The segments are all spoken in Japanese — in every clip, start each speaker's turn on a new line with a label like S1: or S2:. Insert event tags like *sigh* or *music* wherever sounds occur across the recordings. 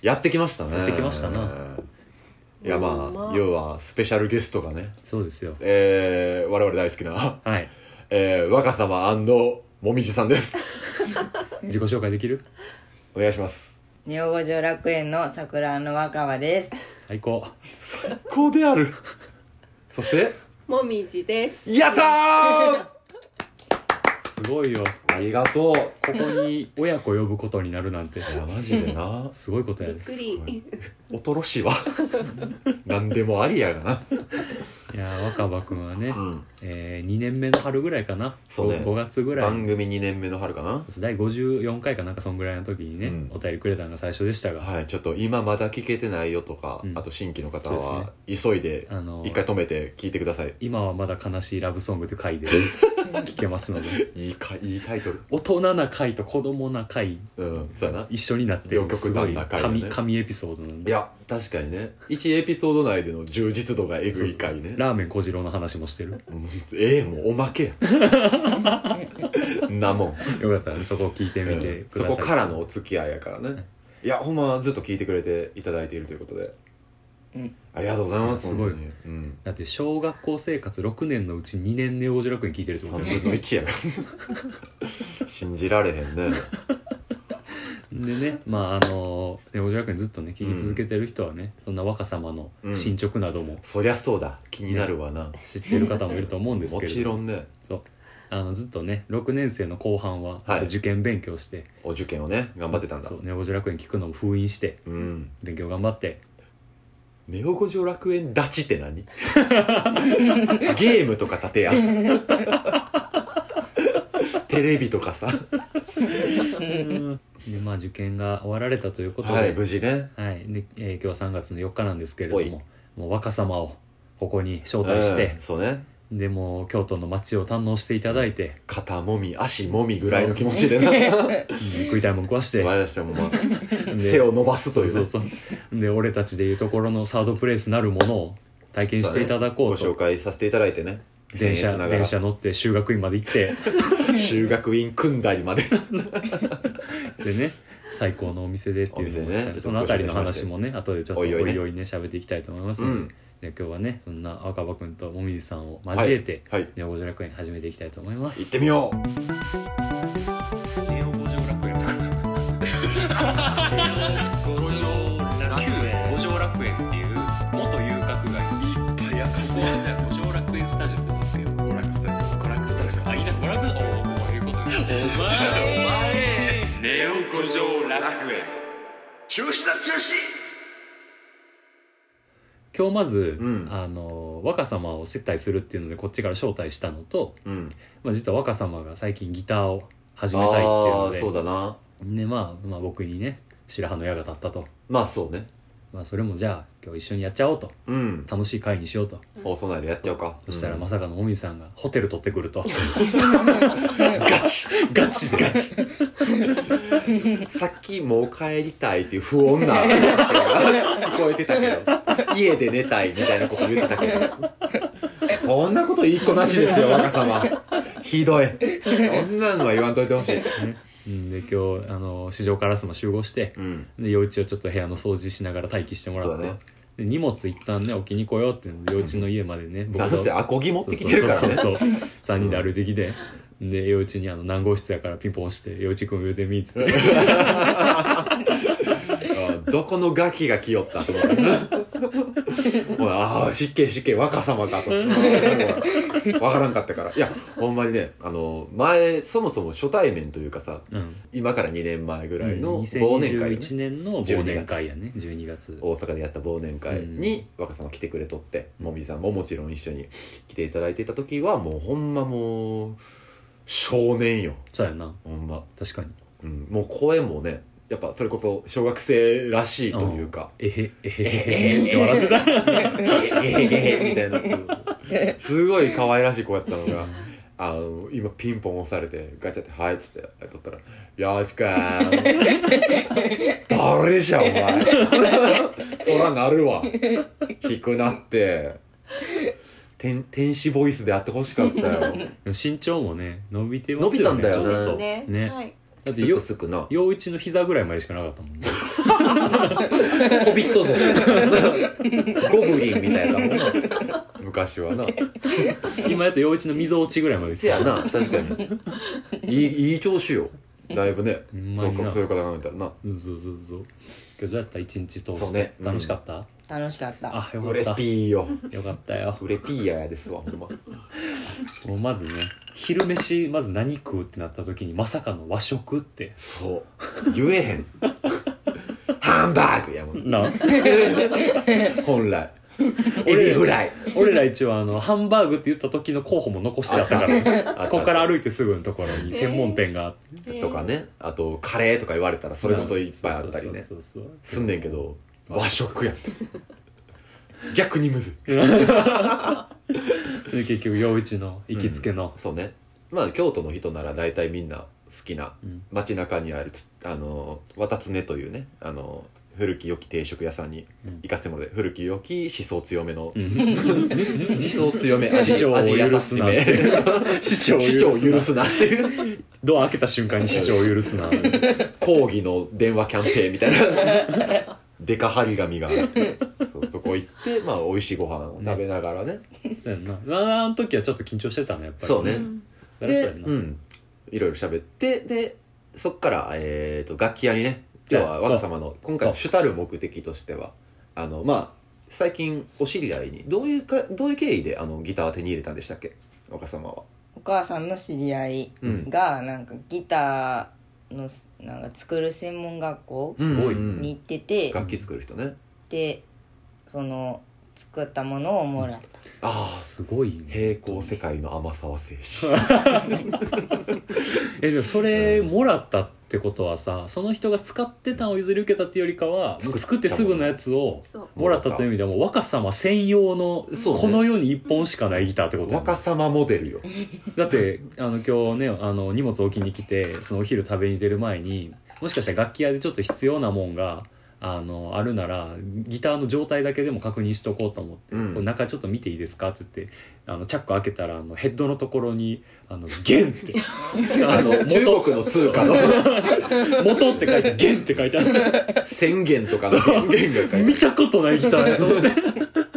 S1: やってきましたね
S2: やってきましたない
S1: やまあ、
S3: うんまあ
S1: 要はスペシャルゲストがね、
S2: そうですよ
S1: えー、我々大好きな、 *laughs*
S2: はい
S1: えー、若様もみじさんです
S2: 自己紹介できる
S1: お願いします
S4: ネオ五条楽園の桜の若葉です。
S2: 最高
S1: 最高であるそして
S3: もみじです
S1: や
S2: *laughs*
S1: ったー
S2: すごいよ
S1: ありがとう
S2: ここに親子呼ぶことになるなんて
S1: いやマジでな *laughs*
S2: すごいことや
S3: びっ
S2: ね
S3: くり
S1: 恐ろしいわ *laughs* 何でもありやがな、
S2: いやー若葉くんはね、
S1: ん、
S2: えー、2年目の春ぐらいかな
S1: そうね
S2: 5, 月ぐらい
S1: 番組2年目の春かな
S2: 第54回かなんかそんぐらいの時にね、
S1: うん
S2: お便りくれたのが最初でしたが、
S1: はいちょっと今まだ聞けてないよとか、
S2: うん
S1: あと新規の方
S2: そう
S1: は急いで
S2: あのー
S1: 一回止めて聞いてください
S2: 今はまだ悲しいラブソングという回で
S1: *laughs*
S2: 聞けますので
S1: いいかいいタイトル
S2: 大人な回と子供な回
S1: うんそうやな
S2: 一緒になって
S1: 両
S2: る
S1: 極
S2: すご
S1: 端
S2: い
S1: な回だね
S2: 神神エピソードなん
S1: い
S2: で
S1: や確かにね1エピソード内での充実度がえぐい回ね
S2: ラーメン小次郎の話もしてる
S1: うんええもうおまけやんなもん
S2: よかったらねそこを聞いてみて
S1: うん
S2: く
S1: そ
S2: ださい、
S1: こからのお付き合いやから
S2: はい
S1: ねいやほんまずっと聞いてくれていただいているということで、
S4: うん
S1: ありがとうございます
S2: すごい
S1: 本当にうん、
S2: だって小学校生活6年のうち2年ネオジ楽園聞いてるってこと
S1: 3分の1やから信じられへんね
S2: でねまああのネオジ楽園ずっとね聞き続けてる人はね、そんな若様の進捗なども
S1: そりゃそうだ気になるわな、
S2: 知ってる方もいると思うんです
S1: *laughs* も
S2: けれど
S1: ちろんね
S2: あのずっとね6年生の後半は
S1: はい
S2: 受験勉強して、
S1: お受験をね頑張ってたんだ
S2: そう
S1: う
S2: ネオ五条楽園聞くのも封印して
S1: ん
S2: 勉強頑張って
S1: ネオ五条楽園立ちって何 *laughs* ゲームとか立てや *laughs* テレビとかさ
S2: でまあ受験が終わられたということで,、
S1: はい無事ね
S2: はいでえー今日は3月の4日なんですけれど
S1: おい
S2: ももう若様をここに招待して
S1: うん、そうね
S2: でもう京都の街を堪能していただいて、
S1: 肩もみ足もみぐらいの気持ちで *laughs* な
S2: うん食いたいもん食わして
S1: 私はもうまあ
S2: で
S1: 背を伸ばすという,、
S2: そうそうで俺たちでいうところのサードプレイスなるものを体験していただこ
S1: ご
S2: うと
S1: 紹介させていただいてね
S2: 電車
S1: 僭越ながら
S2: 電車乗って修学院まで行って
S1: 修学院組んだりま
S2: *laughs*
S1: で
S2: でね最高のお店でっていうの
S1: お
S2: も、
S1: 店ね
S2: そのあたりの話もね後でちょっとお
S1: おい
S2: い
S1: お
S2: お
S1: い
S2: い
S1: ね
S2: ね喋っていきたいと思います
S1: う
S2: ので、
S1: ん
S2: で今日はねそんな若葉くんともみじさんを交えて、
S1: はい
S2: ネオ五条楽園始めていきたいと思います
S1: 行ってみよう
S2: うネオ五条楽園五条楽園五条楽園っていう元遊郭街
S1: いっぱいやかす
S2: 五条楽園スタジオって言うんですよ
S1: 娯楽スタジ
S2: 娯楽スタジオあいいな娯楽おおいうことお前お前ネオ五条楽園
S1: 中止だ中止
S2: 今日まず、
S1: うん
S2: あの若様を接待するっていうのでこっちから招待したのと、
S1: うん
S2: まあ、実は若様が最近ギターを始
S1: あ
S2: めたいっ
S1: あ
S2: て
S1: ー
S2: いう
S1: そ
S2: の
S1: うだ
S2: で
S1: な
S2: で、まあ、まあ僕にね白羽の矢が立ったと、
S1: まあそうね
S2: まあ、それもじゃあ今日一緒にやっちゃおうと
S1: うん
S2: 楽しい会にしようと
S1: 放送内でやっちゃおうか
S2: そしたらま
S1: さ
S2: さかのもみじさんがホテル取ってくると
S1: ガチ
S2: ガチでガチ
S1: さっきもう帰りたいっていう不穏な声が聞こえてたけど家で寝たいみたいなこと言ってたけどそんなこと言いっこなし *laughs* ですよ若様ひどいそんなのは言わんといてほしい
S2: で今日あの市場カラスも集合して
S1: うん
S2: で陽一をちょっと部屋の掃除しながら待機してもら
S1: そう
S2: っ
S1: だ
S2: て、
S1: ね
S2: で荷物一旦ね置きに来ようっていうので陽一の家までね、僕
S1: な
S2: が
S1: んせアコギ持ってきてるからね
S2: そうそうそう3人
S1: *laughs*
S2: で歩いてきて、で陽一にあの何号室やからピンポン押して「陽一君言うてみ」っつって
S1: あどこのガキが来よったと思 *laughs* ってもうああ失敬失敬若様かと *laughs* 分からんかったからいやほんまにねあの前そもそも初対面というかさ
S2: うん
S1: 今から2年前ぐらいの忘年会、ね
S2: 2021年の忘年会やね12月
S1: 大阪でやった忘年会に若さんが来てくれとって、
S2: うん
S1: もみじさんももちろん一緒に来ていただいていた時はもうほんまもう少年よ
S2: そうやな
S1: ほんま、
S2: 確かに
S1: うん、もう声もねやっぱそれこそ小学生らしいというか
S2: えへえへ
S1: 「え
S2: へへって笑ってた
S1: えへへへ」みたいなやつすごい可愛らしい子やったのが。あの今ピンポン押されてガチャって「はい」っつって取ったら「よろしくー」誰じゃんお前そらなるわ低くなって天天使ボイスであってほしかったよ
S2: でも身長もね伸びてますよね
S1: 伸びたんだ
S3: そ
S1: よ
S3: う
S1: ね
S3: ですね
S2: ね
S3: はい
S2: だって
S1: す
S2: よ
S1: くすくな
S2: 陽一の膝ぐらいまでしかなかったもんね
S1: ホビット像ゴブリンみたいなもんな昔はな
S2: 今やと陽一の溝落ちぐらいまで
S1: *laughs*
S2: 来
S1: せ
S2: た
S1: やな確かに
S2: *laughs*
S1: いいいい調子よだいぶね
S2: ほんま
S1: そ
S2: に
S1: う
S2: な
S1: かそういう方が見たらな
S2: うんそうそうそうけどどうやった一日通
S1: そ
S2: し
S1: う
S2: て
S1: ね
S2: 楽しかった
S4: 楽しかった
S2: あよか
S1: 売れ
S2: った
S1: ピーよ
S2: よかったよ
S1: *laughs* 売れピーやですわほんま
S2: もうまずね昼飯まず何食うってなった時にまさかの和食って
S1: そう言えへんハンバーグやもん
S2: な
S1: *laughs* 本来エビフライ
S2: 俺ら一応あのハンバーグって言った時の候補も残してあっ
S1: *laughs*
S2: たから
S1: あ
S2: *laughs* ここから歩いてすぐのところに専門店があって
S1: とかねあとカレーとか言われたらそれこそいっぱいあったりね
S2: そうそうそう
S1: すんねんけど和食やって逆にむずい
S2: そうで結局陽一の行きつけの、
S1: そうねまあ京都の人なら大体みんな好きな
S2: うん
S1: 街中にあるつあのわたつねというねあの古き良き定食屋さんに行かせてもらって古き良き思想強めの *laughs* 思想強め味
S2: 市長を
S1: 味優
S2: 許す
S1: し
S2: な
S1: め
S2: *laughs* *laughs* 市長を
S1: 市長を許
S2: 許す
S1: すなっていう
S2: ドア開けた瞬間に市長を許す
S1: *laughs*
S2: な
S1: 抗議の電話キャンペーンみたいな
S2: *laughs*
S1: デカ張り紙があってそうそこ行ってまあ美味しいご飯を食べながらね
S2: そうやんなあの時はちょっと緊張してたねやっぱり
S1: そうね
S2: だからそう
S1: で
S2: やんな
S1: うんいろいろ喋ってでそっから、えー、と楽器屋にね今日は
S2: そう
S1: 若様の今回の主たる目的としてはあのまあ最近お知り合いにどういうかどういう経緯であのギターを手に入れたんでしたっけ若様は
S4: お母さんの知り合い
S1: うん
S4: がなんかギターのなんか作る専門学校
S2: すごい
S1: うん
S4: に行ってて、
S1: 楽器作る人ね
S4: でその作ったものをもらった、
S1: ああ
S2: すごいね
S1: 平行世界の
S2: *laughs*
S1: 天沢精神
S2: えでもそれもらったってことはさその人が使ってたのを譲り受けたっていうよりかは
S1: 作ったもの
S2: 作ってすぐのやつを
S3: そう
S2: もらったという意味ではもう若さま専用の
S1: そうね
S2: この世に1本しかないギターってことやん
S1: 若様モデルよ
S2: だってあの今日ねあの荷物置きに来てそのお昼食べに出る前にもしかしたら楽器屋でちょっと必要なもんがあのあるならギターの状態だけでも確認しとこうと思って「
S1: うん
S2: これ中ちょっと見ていいですか?」って言ってあのチャック開けたらあのヘッドのところに「あの元」ってあ
S1: あの中国の通
S2: *laughs*
S1: 貨の
S2: 元元って書いて「元」って書いてある
S1: 宣言とかの宣言が書いてある
S2: 見たことないギターやと思って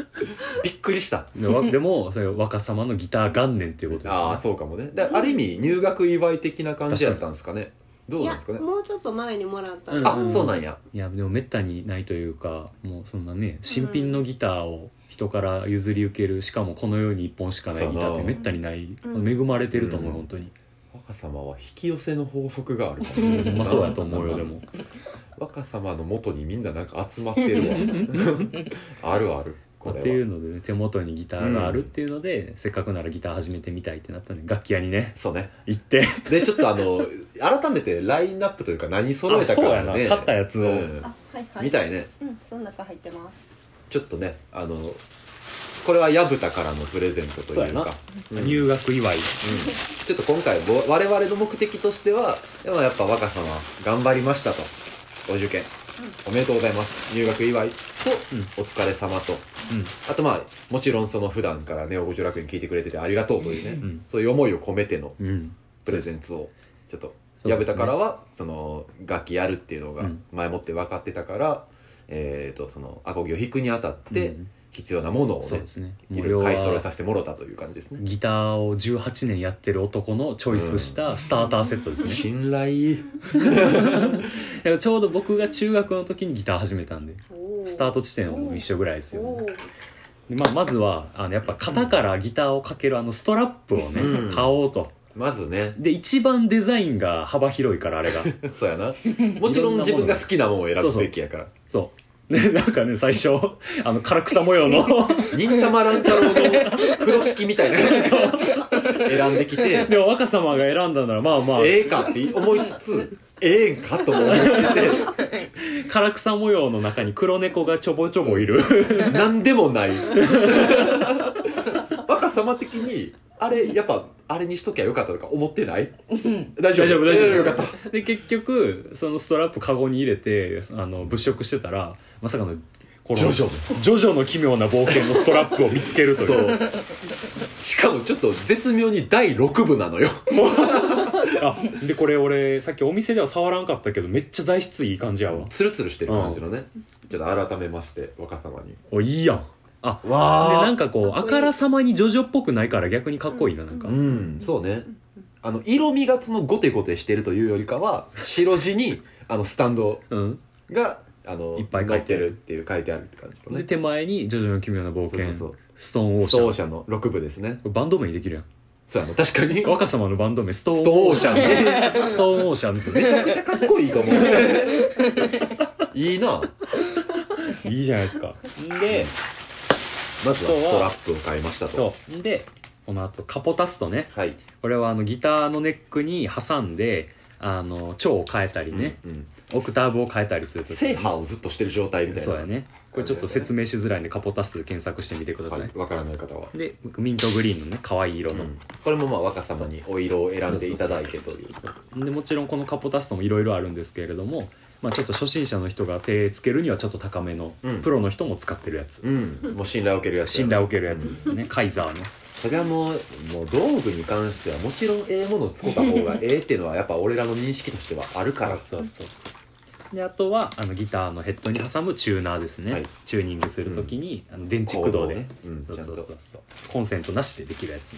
S1: *laughs* びっくりした
S2: でわでもそれ若様のギター元年っていうことです
S1: ああそうかもねだある意味入学祝い的な感じやったんですかねどう
S3: い
S1: なん
S3: や
S1: ですかね
S3: もうちょっと前にもらった
S2: うん
S1: あそうなんや
S2: いやでもめったにないというかもうそんなね新品のギターを人から譲り受けるしかもこの世に一本しかないギターってめったにない、
S3: うん
S2: 恵まれてると思う、
S1: うん
S2: 本当に、
S1: 若様は引き寄せの法則があるかもしれ
S2: まあそうやと思うよでも
S1: 若様の元にみんななんか集まってる
S2: *laughs*
S1: わあるあるこ
S2: ってい
S1: れ
S2: う
S1: は
S2: ので、ね、手元にギターがあるっていうので、せっかくならギター始めてみたいってなったんで楽器屋にね
S1: そうね
S2: 行って
S1: でちょっとあの改めてラインナップというか何揃えたか
S2: あそうや
S1: ね
S2: な買ったやつを
S1: うん
S3: あはいはい
S1: みたいね
S3: うんその中入ってます
S1: ちょっとねあのこれは薮田からのプレゼントというかうん
S2: 入学祝い、
S1: ちょっと今回ぼ我々の目的としてはでもやっぱ若さんは頑張りましたとお受験おめでとうございます入学祝いとお疲れ様とあとまあもちろんその普段からネオ五条楽園聞いてくれててありがとうというね、
S2: うん
S1: そういう思いを込めての
S2: うんうん
S1: プレゼンツをちょっと
S2: そう
S1: 矢
S2: で
S1: 部
S2: すね
S1: たからはその楽器やるっていうのが
S2: うん
S1: 前もって分かってたから、えー、とそのアコギを弾くにあたっ
S2: う
S1: て
S2: ん
S1: 必要なものを
S2: そう
S1: ね
S2: ですね
S1: い
S2: もう
S1: ろい
S2: 要
S1: ろ
S2: は
S1: 買い揃えさせてもろたという感じですね
S2: ギターを18年やってる男のチョイスしたスターターセットですね、
S1: 信頼
S2: いやちょうど僕が中学の時にギター始めたんでスター
S3: ト
S2: ト地点も一緒ぐらいですよね、
S3: おー
S2: でまあ、まずはあのやっぱ肩からギターをかけるあのストラップをね、
S1: うん
S2: 買おうと
S1: まずね
S2: で一番デザインが幅広いからあ
S1: *laughs*
S2: れが
S1: そうやなもちろん自分が好きなもんを選ぶべきやから
S2: そうでなんかね最初あの唐草模
S1: *laughs*
S2: 様の
S1: 忍たま乱太郎の風呂敷みたいなやつを選んできて
S2: でも若様が選んだならまあまあ
S1: ええかって思いつつええんかとも思って
S2: 唐草模様の中に黒猫がちょぼちょぼいる
S1: て何でもない *laughs* 若さま的にあれやっぱあれにしときゃよかったとか思ってない大丈夫
S2: 大丈夫大丈夫
S1: よかった
S2: で結局そのストラップカゴに入れてあの物色してたらまさかのこの
S1: ジョジョ
S2: ジョジョの奇妙な冒険のストラップを見つけるという
S1: そうしかもちょっと絶妙に第6部なのよ
S2: あでこれ俺さっきお店では触らんかったけどめっちゃ材質いい感じやわ
S1: ツルツルしてる感じのねちょっと改めまして若様に
S2: おいいやんあで
S1: わ
S2: なんかこう
S3: か
S2: あ
S3: っこいい
S2: からさまにジョジョっぽくないから逆にかっこいいななんか、
S1: うんそうねあの色味がそのゴテゴテしてるというよりかは白地に *laughs* あのスタンド
S2: うん、
S1: があの
S2: いっぱい書いて
S1: 載って
S2: る
S1: るっていう書いてあるって感じの
S2: で
S1: ね
S2: 手前に「ジョジョの奇妙な冒
S1: そう
S2: 険」
S1: そうそう
S2: ストーンオー
S1: ス
S2: シ
S1: トーン
S2: ャ
S1: オー
S2: ン
S1: シャンの6部ですね
S2: これバンド名できるやん
S1: そうやな確かにス
S2: 若様のバンド名ストーン
S1: トーンオーシャンね
S2: *laughs* ンストーンオーシャンズ
S1: めちゃくちゃかっこいいと思ういいない
S2: いじゃないですかで
S1: まずはストラップを買いましたと
S2: そうでこの後カポタストね
S1: はい
S2: これはあのギターのネックに挟んであの調を変えたりね、
S1: うんうん
S2: オクターブを変えたりするとき
S1: 制覇をずっとしてる状態みたいな
S2: そうやねこれちょっと説明しづらいんでカポタストで検索してみてください、
S1: はい、わからない方は、
S2: でミントグリーンのね可愛い色の、
S1: これもまあ若様にお色を選んでいただいてという
S2: でもちろんこのカポタストもいろいろあるんですけれども、まあ、ちょっと初心者の人が手つけるにはちょっと高めの、
S1: うん
S2: プロの人も使ってるやつ
S1: うんもう信頼を受けるやつ
S2: 信頼を受けるやつです
S1: *laughs*
S2: ね、カイザーの
S1: それはもうもう道具に関してはもちろんええものを使った方がええっていうのはやっぱ俺らの認識としてはあるから
S2: そうそうそうであとはあのギターのヘッドに挟むチューナーですね、
S1: はい
S2: チューニングするときに、あの電池駆動で、
S1: うん
S2: そう
S1: ちゃ
S2: そ
S1: ん
S2: う
S1: と
S2: そうそうコンセントなしでできるやつ、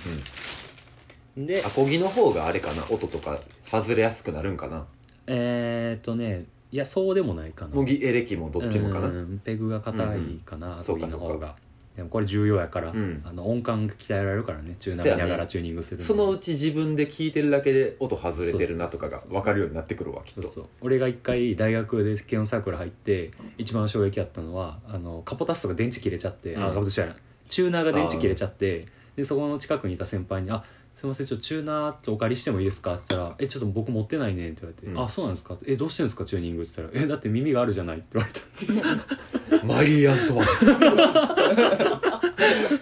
S1: うん
S2: で
S1: アコギの方があれかな音とか外れやすくなるんかな
S2: えー、っとねいやそうでもないかな
S1: もぎエレキもどっちもかな
S2: うんペグが硬いかな、
S1: ん
S2: アコ
S1: そ
S2: ギの
S1: うかそ
S2: 方
S1: う
S2: がでもこれ重要やから、
S1: うん
S2: あの音感が鍛えられるからねチューナー見ながらチューニングする
S1: そのうち
S2: ち
S1: 自分で聞いてるだけで音外れてるなとかが分かるようになってくるわきっ
S2: そう
S1: と
S2: そう俺が一回大学でケオンサークル入って一番衝撃やったのはあのカポタストが電池切れちゃって、
S1: うん
S2: あカポタストじゃないチューナーが電池切れちゃってでそこの近くにいた先輩に「あすいませんちょっとチューナーってお借りしてもいいですか?」って言ったら「えちょっと僕持ってないねん」って言われて「
S1: うん
S2: あそうなんですか?」えどうしてるんですかチューニング」って言ったら「えだって耳があるじゃない」って言われた *laughs*
S1: マリー・アントワネ
S2: *laughs*
S1: ッ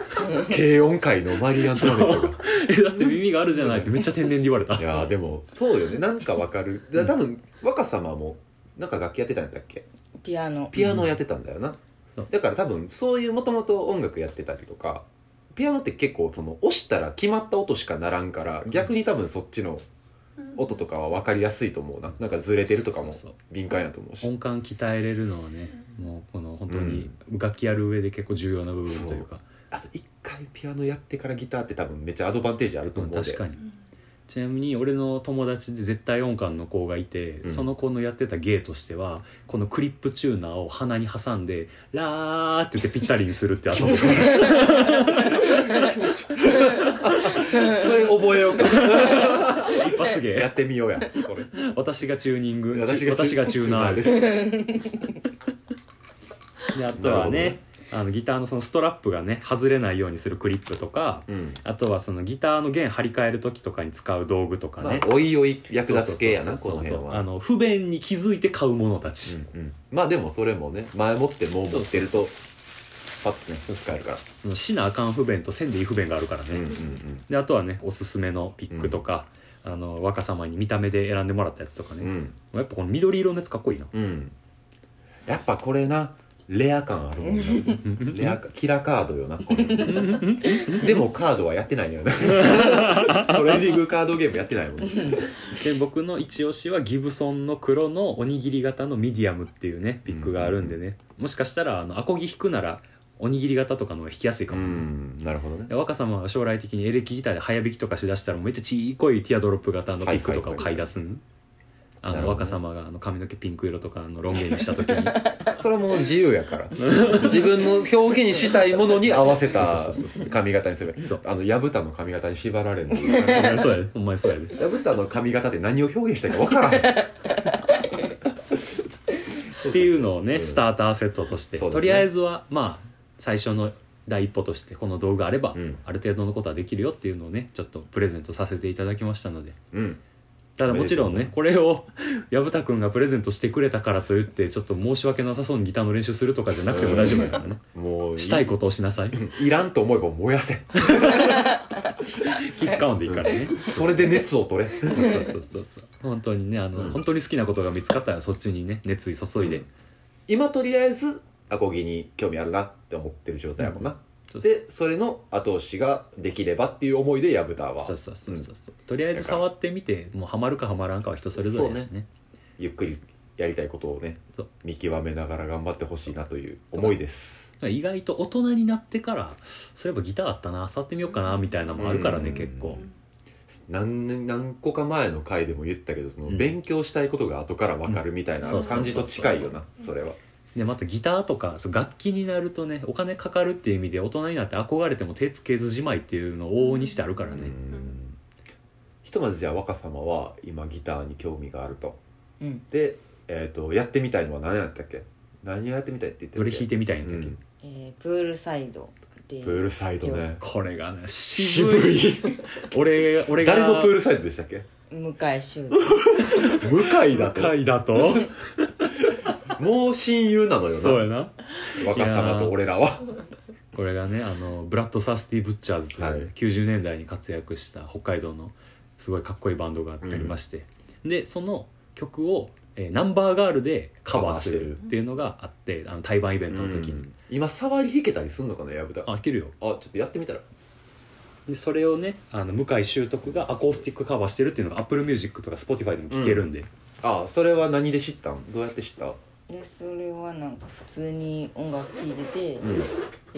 S1: ト軽音界のマリー・アントワネットが
S2: 「えだって耳があるじゃ *laughs* ない」ってめっちゃ天然で言われた
S1: いやーでもそうよねなんかわかるだ多分若様もなんか楽器やってたんだっけ
S4: ピアノ
S1: ピアノをやってたんだよな、
S2: うん
S1: だから多分そういうもともと音楽やってたりとかピアノって結構その押したら決まった音しかならんから逆に多分そっちの音とかは分かりやすいと思うななんかずれてるとかも
S2: そうそう
S1: 敏感やと思うし
S2: 音感鍛えれるのはねもうこの本当に楽器やる上で結構重要な部分というか、
S1: あと一回ピアノやってからギターって多分めっちゃアドバンテージあると
S2: ま
S1: 思
S2: あ
S1: うで、
S2: 確かにちなみに俺の友達で絶対音感の子がいて、
S1: うん
S2: その子のやってた芸としてはこのクリップチューナーを鼻に挟んで「ラー」って言ってぴったりにするってあ
S1: *laughs*
S2: の
S1: それ覚えよう
S2: *laughs*
S1: か
S2: 一発
S1: や
S2: 芸
S1: ってみようやこれ
S2: 私がチューニング
S1: 私
S2: 私
S1: が
S2: がチュ
S1: *laughs*
S2: ーナーで
S1: です
S2: あとは
S1: なる
S2: ねあのギターのそのストラップがね外れないようにするクリップとか
S1: うん
S2: あとはそのギターの弦張り替える時とかに使う道具とか
S1: まあ
S2: ね、
S1: おいおい役立つ系やなこ
S2: そう
S1: の
S2: そうそう
S1: 辺
S2: そうあ
S1: は
S2: の不便に気づいて買うものたち、
S1: うんうんまあでもそれもね前もってもう持ってるとパッとね使えるから
S2: そのしなあかん不便とせんでいい不便があるからね、
S1: うんうんうん
S2: であとはねおすすめのピックとか、あの若様に見た目で選んでもらったやつとか
S1: う
S2: ね、
S1: ん
S2: やっぱこの緑色のやつかっこいいな
S1: うんやっぱこれなレア感あるもんな *laughs* レアキラカードよなこれでもカードはやってない *laughs* のよなトレーディングカードゲームやってないもん
S2: で僕の一押しはギブソンの黒のおにぎり型のミディアムっていうねピックがあるんでね、もしかしたらあのアコギ弾くならおにぎり型とかの方が弾きやすいか
S1: う
S2: も、
S1: んなるほどね
S2: で若様が将来的にエレキギターで早弾きとかしだしたらめっちゃちっこいティアドロップ型のピックとかを買い出すんあ
S1: なる
S2: の
S1: ほどね
S2: 若様があの髪の毛ピンク色とかのロン毛にした時に *laughs*
S1: それはもう自由やから自分の表現したいものに合わせた髪型にすればいい
S2: そう
S1: あの薮田の髪型に縛られる
S2: そうやでお前そうやで
S1: ラブタの髪型って何を表現したいか分からへん
S2: っていうのをね、
S1: うん
S2: スターターセットとして、
S1: そうですね
S2: とりあえずはまあ最初の第一歩としてこの道具あれば、
S1: うん
S2: ある程度のことはできるよっていうのをねちょっとプレゼントさせていただきましたので
S1: うん
S2: ただもちろんねこれを薮田君がプレゼントしてくれたからといってちょっと申し訳なさそうにギターの練習するとかじゃなくても大丈夫だから
S1: *laughs*
S2: ね、
S1: もう
S2: したいことをしなさい
S1: いらんと思えば燃や
S2: *laughs*
S1: せ
S2: 気使うんでいいからね、
S1: それで熱を取れ
S2: そうそうそうそう本当にねあの、
S1: うん
S2: 本当に好きなことが見つかったらそっちにね熱意注いで、
S1: 今とりあえずアコギに興味あるなって思ってる状態やもんな、
S2: そうそう
S1: でそれの後押しができればっていう思いでヤブタは
S2: そうそうそうそうそうとりあえず触ってみてもうハマるかハマらんかは人それぞれだしね
S1: ゆっくりやりたいことをね
S2: そう
S1: 見極めながら頑張ってほしいなという思いです
S2: 意外と大人になってからそういえばギターあったな触ってみようかなみたいなのもあるからね
S1: うん
S2: 結構
S1: 何年何個か前の回でも言ったけどその
S2: うん
S1: 勉強したいことが後から分かるみたいな
S2: うん
S1: 感じと近いよなそれは
S2: でまたギターとかそう楽器になるとねお金かかるっていう意味で大人になって憧れても手つけずじまいっていうのを往々にしてあるから
S1: う
S2: ね、
S1: んひとまずじゃあ若様は今ギターに興味があると
S4: うん
S1: で、えー、とやってみたいのは何やったっけ何をやってみたいって言ってた
S2: ど
S1: っ
S2: れ
S1: け
S2: 弾いてみたいな時、
S1: うん
S4: えープールサイドで
S1: プールサイドね
S2: これがね渋い
S1: 渋い
S2: 俺俺が
S1: 誰のプールサイドでしたっけ
S4: 向井修太
S1: 向井だと
S2: 深いだ
S1: *laughs*
S2: と
S1: もう親友なのよ
S2: そう
S1: な
S2: やな
S1: 若様と俺らは
S2: これがねあのブラッド・サースティ・ブッチャーズという、
S1: はい
S2: 90年代に活躍した北海道のすごいかっこいいバンドがありまして、でその曲を、えーナンバーガールでカバーするっていうのがあってあの対バンイベントの時に、
S1: うん今触り弾けたりすんのかなやぶたあ
S2: あいけるよ
S1: ちょっとやってみたら
S2: でそれをねあの向井秀徳がアコースティックカバーしてるっていうのが AppleMusic とか Spotify でも聴けるんで、
S1: あそれは何で知ったんどうやって知った
S4: でそれはなんか普通に音楽聴いてて
S1: うん
S4: で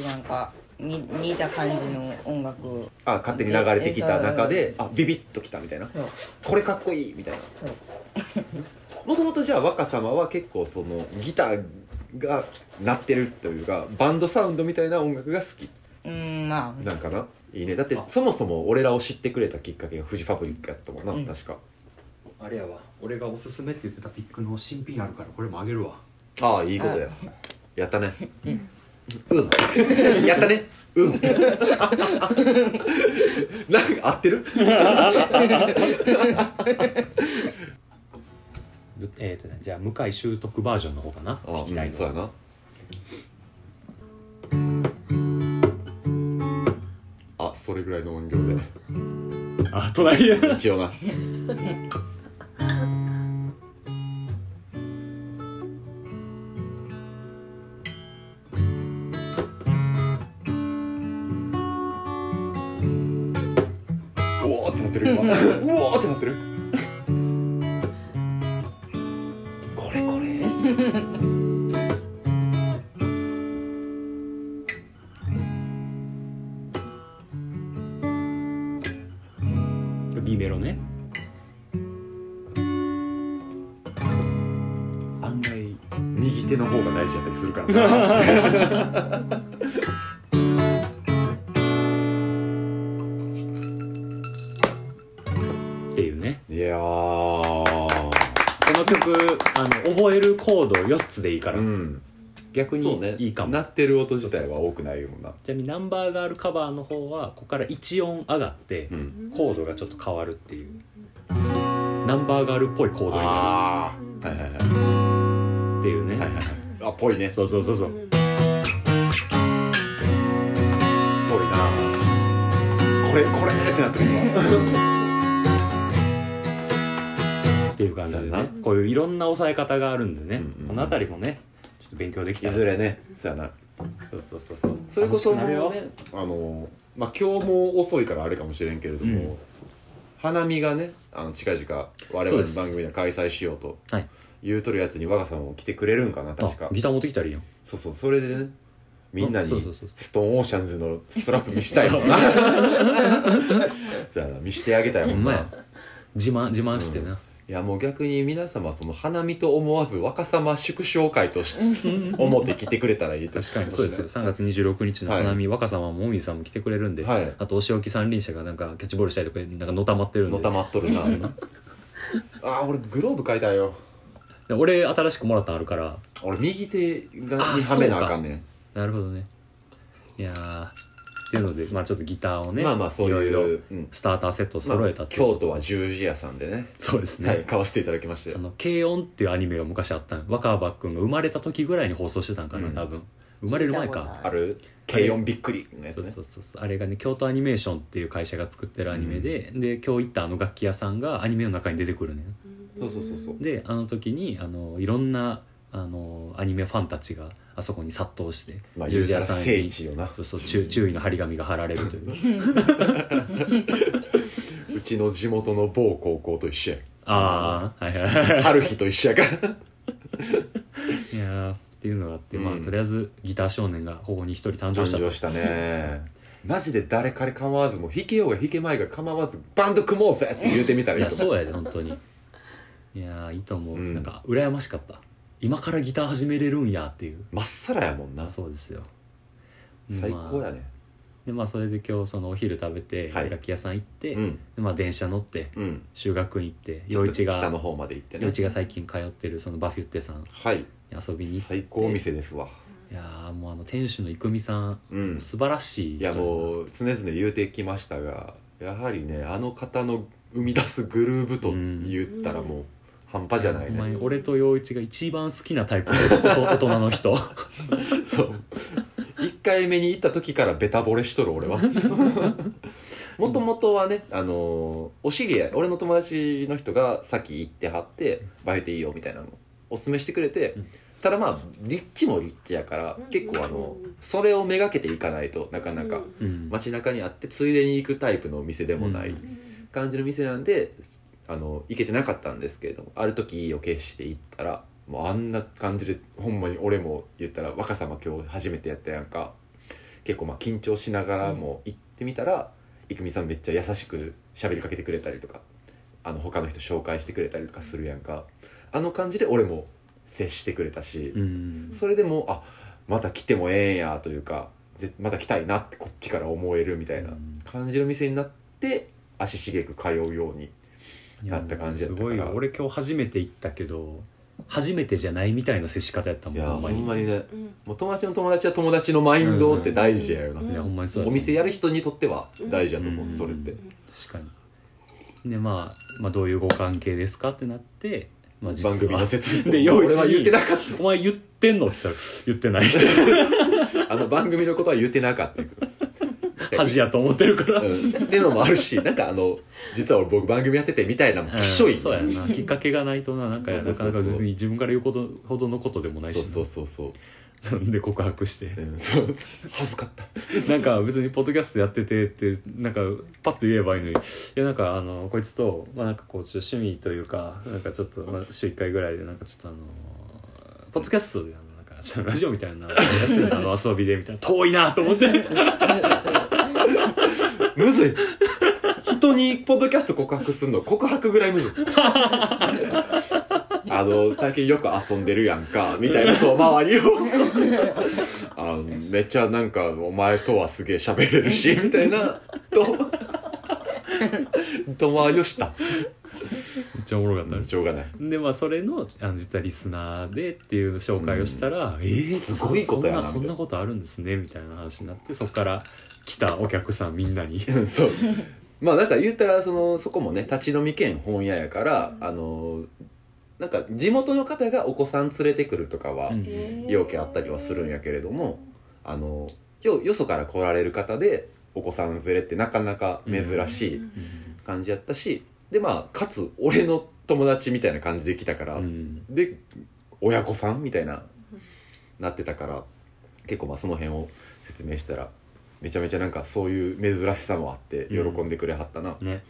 S4: なんかに似た感じの音楽
S1: あ勝手に流れてきた中
S4: で
S1: であビビッときたみたいな
S4: そう
S1: これかっこいいみたいな
S4: そう
S1: もともとじゃあ若様は結構そのギターが鳴ってるというかバンドサウンドみたいな音楽が好き
S4: うーんまあ
S1: なんかないいねだって
S2: あ
S1: そもそも俺らを知ってくれたきっかけがフジファブリックやったもんな、
S4: うん
S1: 確か
S2: あれやわ俺がおすすめって言ってたピックの新品あるからこれもあげるわ
S1: ああいいことややったねうん *laughs* やったねうんなんか合ってる
S2: えーとね、じゃあ向井秀徳バージョンの方かな
S1: あ
S2: 聞きたい
S1: うん
S2: の
S1: そう
S2: は
S1: やなあそれぐらいの音量で
S2: あ隣 *laughs* や
S1: 一応なうおーってなってる今うおーってなってるこれこれ
S2: これ B メロね
S1: 案外右手の方が大事やったりするからな
S2: っていうね
S1: いやー
S2: この曲あの覚えるコード4つでいいから、
S1: うん
S2: 逆
S1: そう
S2: に
S1: ね
S2: いいかも、
S1: なってる音自体は多くないもんな
S2: ちなみにナンバーガールカバーの方はここから1音上がって
S1: うん
S2: コードがちょっと変わるっていうナンバーガールっぽいコードにな
S1: ああはいはいはい
S2: るっていうね、
S1: はいはいはいあぽいね
S2: そうそうそうそう
S1: ぽいなこれこれってなってる
S2: っていう感じで
S1: そうや
S2: ね
S1: な
S2: こういういろんな押さえ方があるんでね、
S1: うんうん
S2: この辺りもねちょっと勉強できた
S1: 今い
S2: ら
S1: ずれねそうやな
S2: そうそうそうそう
S1: それこそ
S2: 楽しくなるよ
S1: もうねあのまあ今日も遅いからあれかもしれんけれども、
S2: うん
S1: 花見がねあの近々我
S2: そ
S1: 々
S2: うで
S1: の
S2: す
S1: 番組で開催しようと
S2: はい
S1: 言うとるやつに我がさんも来てくれるんかな確か
S2: あギター持ってきたらいいやん
S1: そうそうそれでねみんなに
S2: そうそうそうそう
S1: ストーンオーシャンズのストラップ見したいも
S2: *laughs*
S1: んなじゃあ見してあげたい
S2: ほ
S1: も
S2: ん
S1: ん
S2: ま
S1: な
S2: や自慢自慢してな、
S1: いやもう逆に皆様その花見と思わず若様祝勝会とし思って来てくれたらいいと
S2: 確かにそうですよ3月26日の花見、若様ももみじさんも来てくれるんで、
S1: はい
S2: あとお仕置き三輪車がなんかキャッチボールしたりとかなんかのたまってるんで
S1: のたまっとるなあー俺グローブ買いたいよ
S2: で俺新しくもらったのあるから
S1: 俺右手が
S2: あー
S1: にはめなあかんねん
S2: なるほどねいやーっていうのでまあちょっとギターをね
S1: まあまあそういう
S2: ろろ
S1: うん
S2: スターターセットを
S1: ま
S2: 揃
S1: あ
S2: えたっていう、
S1: 京都は十字屋さんでね
S2: そうですね、
S1: はい買わせていただきました
S2: あ
S1: よ
S2: の「軽音」っていうアニメが昔あったん若葉くんが生まれた時ぐらいに放送してたんかな、
S1: うん
S2: 多分生まれる前か
S1: ある軽音びっくりのやつ
S2: そう
S1: ね
S2: そうそうそうあれがね京都アニメーションっていう会社が作ってるアニメで、で今日行ったあの楽器屋さんがアニメの中に出てくるね
S1: そうそうそうそう
S2: であの時にあのいろんなあのアニメファンたちがあそこに殺到して
S1: まあ
S2: 十
S1: 言う
S2: 字
S1: たら
S2: 屋さん
S1: 聖
S2: に
S1: 地よな
S2: そうそう注注意の張り紙が貼られるという
S1: うちの地元の某高校と一緒や
S2: ああはいはいはい
S1: 春日と一緒やから *laughs*
S2: いやーっていうのがあって、まあ
S1: うん
S2: とりあえずギター少年がここに一人誕生
S1: 誕
S2: したと
S1: 生したねマジで誰彼構わずもう弾けようが弾けまいが構わずバンド組もうぜって言うてみたら
S2: い
S1: いい
S2: や
S1: と思う
S2: そうやで本当にいやーいいと思う、
S1: うん
S2: なんか羨ましかった今からギター始めれるんやっていう
S1: まっさらやもんな
S2: そうですよ
S1: 最高
S2: ま
S1: や
S2: あ
S1: ね
S2: でまあそれで今日そのお昼食べて、
S1: はい
S2: 楽器屋さん行って、
S1: うん
S2: でまあ、電車乗って
S1: うん
S2: 修学院行って
S1: ちょ
S2: 陽
S1: っと
S2: 一
S1: 北の
S2: が
S1: 方まで行って
S2: 陽
S1: ね
S2: 一が最近通ってるそのバフュッテさんに
S1: はい
S2: 遊びに行って
S1: 最高お店ですわ
S2: いやーもうあの店主の郁美さん
S1: うん
S2: 素晴らしい
S1: いやもう常々言うてきましたがやはりねあの方の生み出すグルーブと言ったらもう半端じゃない
S2: ほんま
S1: ね、
S2: に俺と陽一が一番好きなタイプの
S1: *laughs*
S2: おと大人の人
S1: そう1回目に行った時からベタ惚れしとる俺
S2: *laughs*
S1: はもともとはねあのお知り合い俺の友達の人が先行ってはってバイトいいよみたいなのおすすめしてくれて、
S2: うん
S1: ただまあ立地も立地やから結構あのそれをめがけていかないとなかなか
S2: うん
S1: 街中にあってついでに行くタイプのお店でもない、
S2: うん
S1: 感じの店なんであの行けてなかったんですけれどもある時意を決して行ったらもうあんな感じでほんまに俺も言ったら若様今日初めてやったやんか結構まあ緊張しながらも行ってみたら郁美、さんめっちゃ優しく喋りかけてくれたりとかあの他の人紹介してくれたりとかするやんかあの感じで俺も接してくれたし、
S2: うん
S1: それでもうあまた来てもええんやというかぜまた来たいなってこっちから思えるみたいな
S2: うん
S1: 感じの店になって足しげく通うように
S2: いや
S1: なった感じやった
S2: す
S1: から
S2: ごいよ俺今日初めて行ったけど初めてじゃないみたいな接し方やったも
S1: い
S2: ん
S1: や
S2: ほ
S1: ほ
S2: んまに
S1: んまにね
S3: うん
S1: もう友達の友達は友達のマインドって大事やよな、
S3: うん
S2: いやほんまにそう
S1: お
S2: と思う
S1: 店やる人にとっては大事やと思う、
S2: うん
S1: それって
S2: 確かにで、まあ、まあどういうご関係ですかってなって、まあ、実は
S1: 番組の説明
S2: で陽一
S1: 俺
S2: に
S1: は言ってなかっ
S2: お前言ってんの?」って言ったら「言ってない」
S1: *laughs* たあの番組のことは言ってなかったけ *laughs* ど
S2: 恥やと思ってるから、
S1: うん、っていうのもあるしなんかあの実は俺僕番組やっててみたいなのもきしょい、
S2: うんそうやなきっかけがないとななんか
S1: そうそう
S2: な
S1: そ
S2: か
S1: う
S2: な
S1: そう
S2: か別に自分から言うほどほどのことでもないし
S1: そう
S2: な
S1: そうそうそう、
S2: で告白して
S1: *laughs* うん、そう恥ずかった
S2: なんか別にポッドキャストやっててってなんかパッと言えばいいのにいやなんかあのこいつと、まあ、なんかこうちょっと趣味というかなんかちょっと、まあ、週1回ぐらいでなんかちょっとあのポッドキャストであのなんかちょっとラジオみたいなのやってたあの遊びでみたいな遠いなと思って
S1: むずい人にポッドキャスト告白するの告白ぐらいむずいあの最近よく遊んでるやんかみたいな遠回りをあのめっちゃなんかお前とはすげえ喋れるしみたいなと遠回りをした
S2: めっちゃおもろかった
S1: しょうがない
S2: でまあそれのあの実はリスナーでっていう紹介をしたら「えー
S1: すごいことやな
S2: そんなそんなことあるんですね」みたいな話になってそこから来たお客さんみんなに
S1: うんそうまあなんか言ったらそのそこもね立ち飲み兼本屋やからあのなんか地元の方がお子さん連れてくるとかは、
S2: うん
S1: 要件あったりはするんやけれどもあのよよそから来られる方でお子さん連れってなかなか珍しい感じやったし、でまあかつ俺の友達みたいな感じで来たから、
S2: うん
S1: で親子さんみたいななってたから結構まあその辺を説明したらめちゃめちゃなんかそういう珍しさもあって喜
S2: うん
S1: んでくれはったな、
S2: ね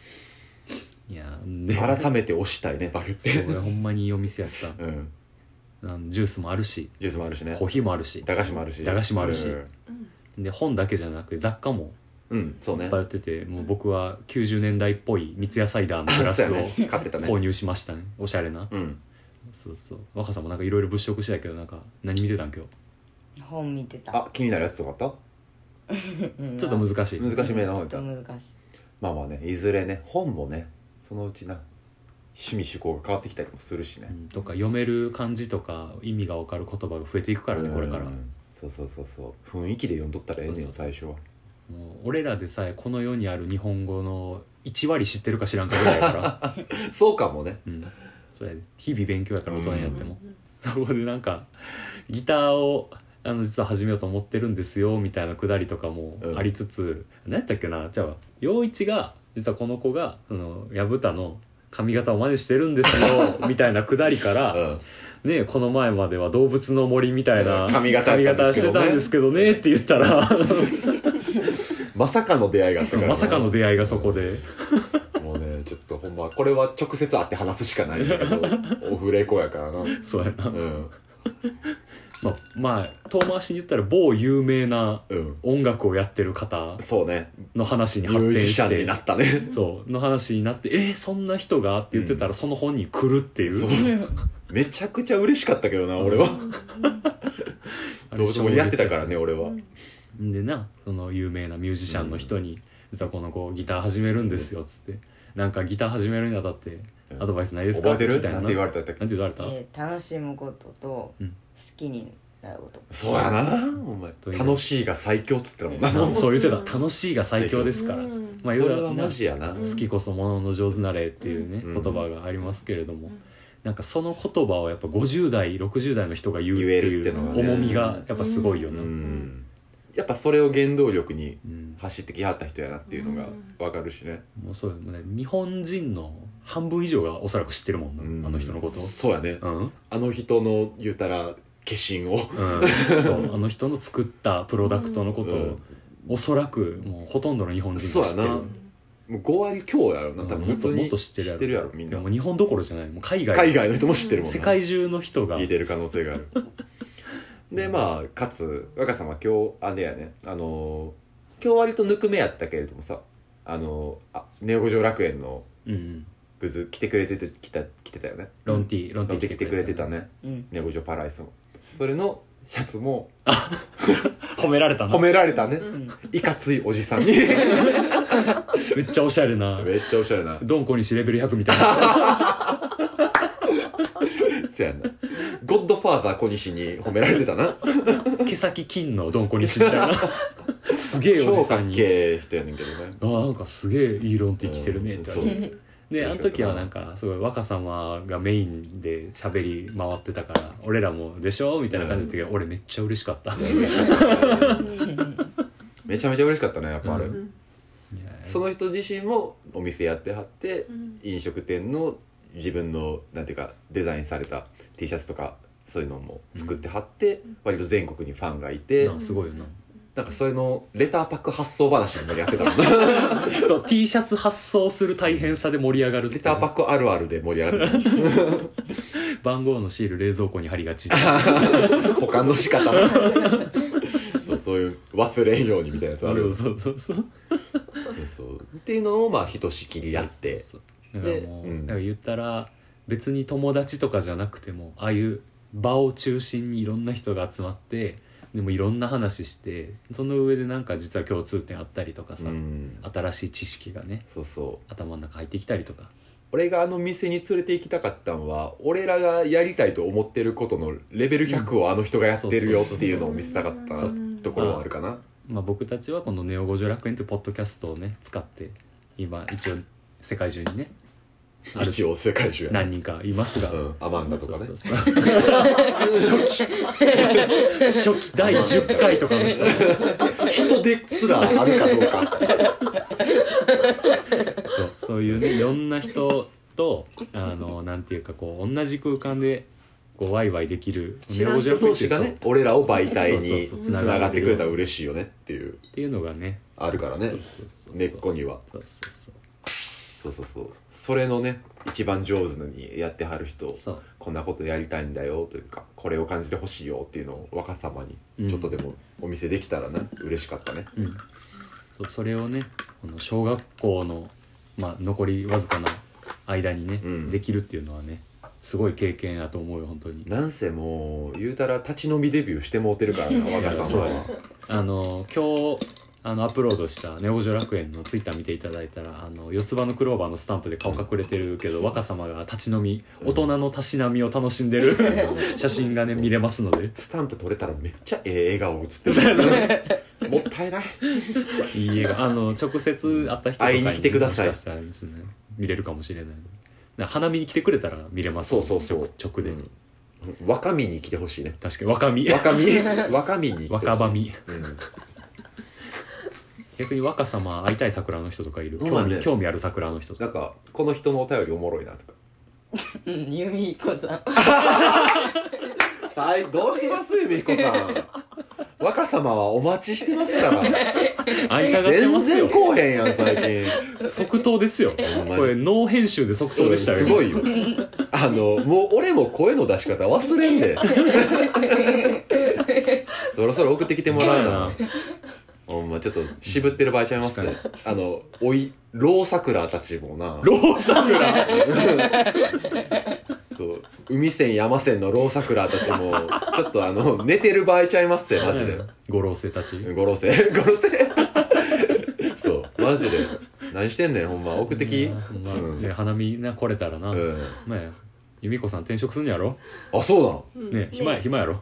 S2: いやで
S1: 改めて推したいねバフって
S2: そう俺ほんまにいいお店やった
S1: うん
S2: あのジュースもあるし
S1: ジュースもあるしね
S2: コーヒーもあるし
S1: 駄菓子もあるし
S2: 駄菓子もあるし
S1: うん、
S2: で本だけじゃなくて雑貨も
S1: うんそう
S2: い
S1: ね
S2: っぱい売っててもう僕は90年代っぽい三ツ矢サイダーのグラス
S1: そうや
S2: を
S1: ね買ってたね
S2: 購入しましたねおしゃれな
S1: うん
S2: そうそう若さんもなんかいろいろ物色してたけどなんか何見てたん今日
S4: 本見てた
S1: あ気になるやつとかあった
S2: ちょっと難しい
S1: 難しめな方やっ
S4: ち
S1: た
S4: ょっと難しい
S1: まあまあねいずれね本もねそのうちな趣味趣向が変わってきたりもするし
S2: う
S1: ね
S2: んとか読める漢字とか意味が分かる言葉が増えていくからねこれから
S1: う
S2: もうん
S1: そうそうそうそう雰囲気で読んどったらええねん
S2: そ
S1: よ
S2: うそうそう
S1: 最初は
S2: 俺らでさえこの世にある日本語の1割知ってるか知らんかぐらいやから、
S1: そうかもね
S2: うん、それ日々勉強やから大人になっても
S3: うん
S2: そこでなんかギターをあの実は始めようと思ってるんですよみたいなくだりとかもありつつ、何やったっけなじゃあ陽一が実はこの子がその薮田の髪型を真似してるんですよみたいなくだりから、
S1: *laughs* うん
S2: ねこの前までは動物の森みたいな
S1: 髪型
S2: 髪
S1: やったんで
S2: 型し
S1: すけ
S2: て
S1: どね
S2: たんですけどねって言った
S1: *laughs*
S2: ら
S1: まさかの出会いがあったからね、
S2: *laughs* まさかの出会いがそこで
S1: もうねちょっとほんまこれは直接会って話すしかないんだけ
S2: *laughs*
S1: どオフレコやからなうん
S2: そうやな、
S1: うん
S2: まあ、まあ遠回しに言ったら某有名な
S1: うん
S2: 音楽をやってる方
S1: そうね
S2: の話に
S1: ミ
S2: 発
S1: ュー
S2: 展
S1: ジシ
S2: し
S1: ャンにな
S2: て
S1: ったね
S2: そうの話になって「えー、そんな人が?」って言ってたら、その本に来るっていう
S1: そうめちゃくちゃ嬉しかったけどな俺はどうでもやってたからね俺は
S2: でなその有名なミュージシャンの人に「実はこの子ギター始めるんですよ」っつって「なんかギター始めるにあたってアドバイスないですか?」
S1: 覚えてる
S2: みたいな
S1: なんて言われたって
S2: なんて言われた
S4: えー楽しむことと
S2: う
S4: 好
S2: ん
S4: きになること、
S1: そうやなお前
S2: という
S1: 楽しいが最強っつってたもんな
S2: な *laughs* そう言ってた「楽しいが最強ですから」
S3: うん
S2: まあい
S1: そ
S2: ろ
S1: れ
S2: いろ
S1: は
S2: な
S1: マジやな、
S2: 好きこそものの上手なれ」っていうね、
S1: うん
S2: 言葉がありますけれども、なんかその言葉をやっぱ50代60代の人が言うって
S1: 言える
S2: い
S1: ってのが
S2: う
S1: ね
S2: 重みがやっぱすごいよ
S1: う
S2: な、
S1: んやっぱそれを原動力に
S2: うん
S1: 走ってきはった人やなっていうのがわかるしね、
S2: もうそうよね日本人の半分以上がおそらく知ってるもんな、
S1: うん
S2: あの人のこと
S1: そそうやね
S2: うん
S1: あの人の言うたら化身を
S2: うん、そうあの人の作ったプロダクトのことを、
S1: うん
S2: おそらくもうほとんどの日本人
S1: そう
S2: が
S1: や
S2: 知ってる
S1: なもう5割強やろな多
S2: うん
S1: 分
S2: もっ
S1: 普
S2: と
S1: 通に
S2: もっと知ってるやろ
S1: みん
S2: で
S1: な
S2: も日本どころじゃないもう海外
S1: 海外の人も知ってるもんな
S2: 世界中の人が
S1: 聞いてる可能性があ
S2: *laughs*
S1: るでまあかつ若さんは今日あれやねあのー今日割とぬくめやったけれどもさあのーあネオ五条楽園の
S2: うんうん、
S1: グズ来てくれてて来た来てたよね
S2: ロンティロンテ
S1: ロ
S2: ィ
S1: ンティ来てくれてたね
S4: うん、
S1: ネオ五条パラダイスもそれのシャツも
S2: 褒められたな
S1: 褒められたね
S4: うん、
S1: いかついおじ *laughs* さんに
S2: めっちゃおしゃれ *laughs* な
S1: めっちゃおしゃれな
S2: ドンコにしレベル100みた
S1: *laughs*
S2: いな
S1: そやなゴッドファーザー小西に褒められてたな
S2: 毛先金のドンコにしみたいなすげえおじ
S1: 超か
S2: さん
S1: っ
S2: に
S1: けえ人やねんけどね
S2: あーなんかすげえいいロンティ着てるねって言われて
S1: うんそう
S2: であの時はなんかすごい若様がメインで喋り回ってたから俺らも「でしょ?」みたいな感じだったけど、俺めっちゃ嬉しかった、い
S1: 嬉しかったね
S4: うん
S1: めちゃめちゃ嬉しかったねやっぱあれ、
S2: うや
S1: その人自身もお店やってはって
S3: うん
S1: 飲食店の自分のなんていうかデザインされた T シャツとかそういうのも作ってはって、割と全国にファンがいて、
S2: なんかすごいよな
S1: なんかそれのレターパック発送話みたいなのやってたもんな
S3: *laughs*
S2: そう T シャツ発送する大変さで盛り上がるって
S1: レターパックあるあるで盛り上がってた
S2: 番号のシール冷蔵庫に貼りがち
S1: *laughs*
S3: *laughs*
S1: 保管の仕方なそうそういう忘れんようにみたいなやつ
S2: そ
S1: あるよ
S2: うそうそうそう
S1: そうっていうのをまあひとしきりやって
S2: そうそうだからもう、
S1: でうん
S2: だから言ったら別に友達とかじゃなくてもああいう場を中心にいろんな人が集まってでもいろんな話してその上でなんか実は共通点あったりとかさ、
S1: うん
S2: 新しい知識がね
S1: そうそう
S2: 頭の中入ってきたりとか
S1: 俺があの店に連れて行きたかったのは俺らがやりたいと思ってることのレベル100をあの人がやってるよっていうのを見せたかった
S2: そう
S1: ところはあるかな
S2: まあ、僕たちはこの「ネオ五条楽園」というポッドキャストをね使って今一応世界中にねある
S1: 一応世界中やな
S2: 何人かいますが、
S1: うんアマンダとかね
S2: そうそうそう初期初期第10回と
S1: *laughs*
S2: かの人
S1: 人ですらあるかどうか
S2: そうそういうねいろんな人とあのなんていうかこう同じ空間でこうワイワイできる
S1: 知らん人同士がね俺らを媒体に
S2: そうそう
S1: つ
S2: そう
S1: ながってくれたら嬉しいよねっていう
S2: っていうのがね
S1: あるからね
S2: そうそうそうそう
S1: 根っこには
S2: そうそうそ
S1: そ
S2: う
S1: うそうそうそれのね一番上手にやってはる人
S2: そう
S1: こんなことやりたいんだよというかこれを感じてほしいよっていうのを若さま
S2: うん
S1: にちょっとでもお見せできたらね嬉しかったね
S2: うん、そうそれをねこの小学校の、まあ、残りわずかな間にね、
S1: うん
S2: できるっていうのはねすごい経験だと思うよ本当に
S1: なんせもう言うたら立ち飲みデビューしてもうてるからな若さん
S2: *laughs* いや
S1: は
S2: あの今日あのアップロードした「ネオジョ楽園」のツイッター見ていただいたらあの四つ葉のクローバーのスタンプで顔隠れてるけど、若様が立ち飲み
S1: うん
S2: 大人のたしなみを楽しんでる、写真がね
S1: そう
S2: 見れますので
S1: スタンプ取れたらめっちゃええ笑顔写ってる、 *laughs* もったいない
S2: いい映画あの直接会った人とか
S1: 会いに来てください
S2: もしかしたらですね見れるかもしれないな花見に来てくれたら見れます
S1: そうそうそう
S2: 直直で、
S1: うん若身に来てほしいね
S2: 確かに若見
S1: 若身若身に来てほしい
S2: 若葉見
S1: うん
S2: 逆に若さま会いたい桜の人とかいる
S1: ほんま
S2: 興味,、
S1: ね
S2: 興味ある桜の人と
S1: な
S2: か
S1: んかこの人のお便りおもろいなとか
S4: うん弓彦さん
S1: さあどうしてますゆみひこさん若様はお待ちしてますから
S2: 会いたがって
S1: 全
S2: ます
S1: 然
S2: よ
S1: こうへんやん最近 *laughs*
S2: 即答ですよ
S1: ほんまに
S2: これノー編集で即答でしたよ
S1: すごいよ *laughs* あのもう俺も声の出し方忘れんで *laughs* そろそろ送ってきてもらうなほんまちょっと渋ってる場合ちゃいますねあのおい老桜たちもな
S2: ローサクラ
S1: そう海線山線の老桜たち *laughs* もちょっとあの寝てる場合ちゃいますねマジで
S2: 五老星たち
S1: 五老星 *laughs* 五老星そうマジで何してんねんほんま送ってき
S2: ほんま
S1: うん
S2: ね花見な来れたらな
S1: うん
S2: まあ由美子さん転職すんやろ
S1: あそうなの
S3: うん
S2: ね暇や暇やろ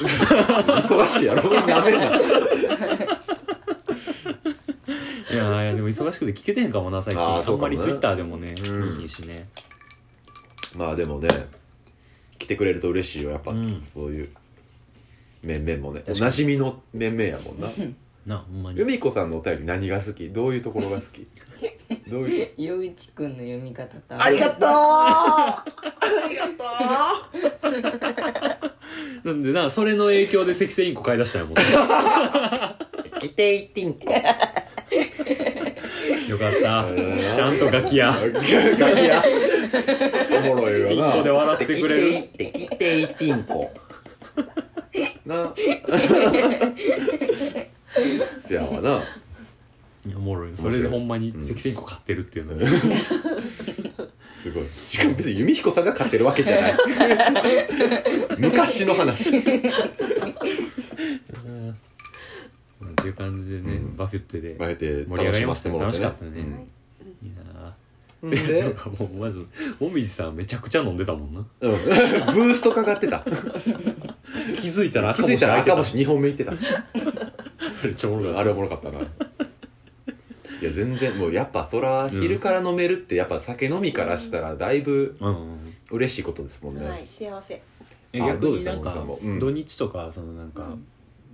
S1: 忙しいやろなめんない
S2: やーいやでも忙しくて聞けてへんかもな最近
S1: あ
S2: あ
S1: ーそうんかも
S2: ま
S1: ね
S2: りツイッターでもね
S1: うん
S2: 見ひんしね
S1: まあでもね来てくれると嬉しいよやっぱ、
S2: うん
S1: そういう面々もねお
S2: 確かに
S1: なじみの面々やもんな
S2: なほんまに
S1: 海子さんのお便り何が好きどういうところが好きどういう
S4: 陽一くんの読み方と
S1: ありがとうありがと
S2: なんでなそれの影響で赤線インコ買い出した
S1: *laughs*
S2: んやもんね
S1: う来ていってんこ
S2: よかったちゃんとガキや
S1: ガキやおもろいよな
S2: ピンコで笑ってくれる
S1: てきていってんこなせやわな
S2: おもろい
S1: 白
S2: そ
S1: い
S2: れでほんまに
S1: うん
S2: 赤線インコ買ってるっていうのが
S1: すごいしかも別に弓彦さんが勝ってるわけじゃない昔の
S2: *laughs*
S1: 話
S2: うん *laughs* っていう感じでね、
S1: うん
S2: バフュッテで。
S1: あえて
S2: 盛り上がりましたね
S1: 楽しませてもら
S2: 楽い
S1: うん
S2: や *laughs* ーなん
S1: で
S2: かもうまずもみじさんめちゃくちゃ飲んでたもんな
S1: うん、ブーストかかってた
S2: 気づいたら
S1: 気
S2: 赤
S1: づい
S2: 星
S1: たら
S2: 開い
S1: 赤
S2: てた
S1: 星2本目いってた
S2: めっちゃおもろ
S1: うん
S2: か
S1: あ
S2: っ
S1: れおもろかったないや全然もうやっぱそら昼から飲めるってやっぱ酒飲みからしたらだいぶ
S2: たうんうんうん
S1: 嬉しいことですもんね、
S3: はい幸せ
S2: え
S1: あ
S2: 逆
S1: どうで
S2: に
S1: した
S2: なん
S1: 森さ
S2: か
S1: んもうん
S2: 土日とかそのなん
S3: う
S2: か
S3: ん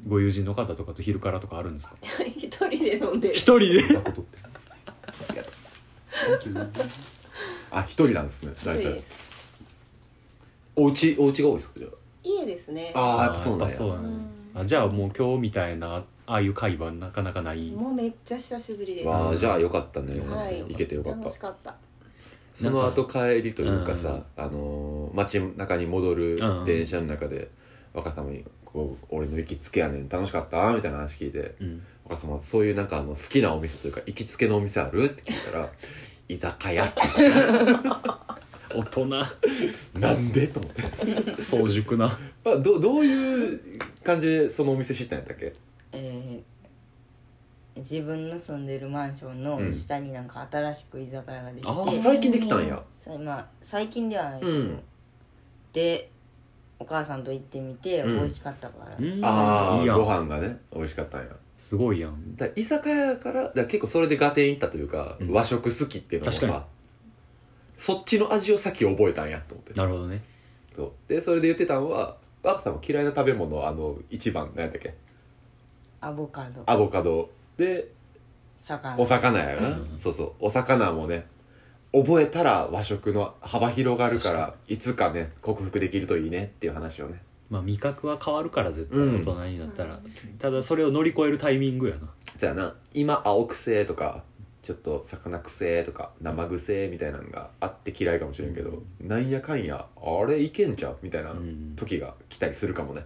S2: ご友人の方とかと昼からとかあるんですか
S3: 一人で飲んでる
S2: *laughs* 一人
S1: そん
S2: で
S1: なことってありがとうあ一人なんですね大体
S3: です
S1: お家お家が多いですかじゃ
S3: 家ですね
S1: あああやっぱそうなん
S2: やっぱそう
S1: や
S2: なんやあじゃあもう今日みたいなああいう会話なかなかない
S3: もうめっちゃ久しぶりです
S1: わあじゃあよかったね、
S3: はい
S1: 行けてよかった
S3: 楽しかった
S1: その後帰りというか
S2: なん
S1: さ、あのー街中に戻る
S2: うん
S1: 電車の中で若様にこう「俺の行きつけやねん楽しかった?」みたいな話聞いて
S2: うん
S1: 「若様そういうなんかあの好きなお店というか行きつけのお店ある?」って聞いたら「居酒屋」
S2: 大人
S1: なんで?」と思って
S2: 早熟な
S1: あどどういう感じでそのお店知ったんやったっけ
S4: えー自分の住んでるマンションの下になんか新しく居酒屋ができて、
S2: あ
S1: あ最近できたんや
S4: それまあ最近ではないけ
S1: う
S4: ど、
S1: ん
S4: でお母さんと行ってみて
S1: うん
S4: 美味しかったから、
S2: うん
S1: あ
S2: い
S1: あ
S2: いや
S1: ご
S2: ん
S1: 飯がね美味しかったんや
S2: すごいやん
S1: だから居酒屋からだから結構それでガテン行ったというか、
S2: うん
S1: 和食好きっていうのも
S2: 確か
S1: さそっちの味を先覚えたんやと思って
S2: なるほどね
S1: そうでそれで言ってたんは若さんも嫌いな食べ物はあの一番何やったっけ
S4: アボカド
S1: アボカドで
S4: 魚
S1: お魚やよな、
S2: うん
S1: そうそうお魚もね覚えたら和食の幅広がるからいつかね克服できるといいねっていう話をね
S2: まあ味覚は変わるから絶対
S1: うん
S2: 大人になったら、ただそれを乗り越えるタイミングやな
S1: じゃあな今青くせえとかちょっと魚くせえとか生くせえみたいなのがあって嫌いかもしれんけど、なんやかんやあれいけんちゃうみたいな
S2: うん
S1: 時が来たりするかもね、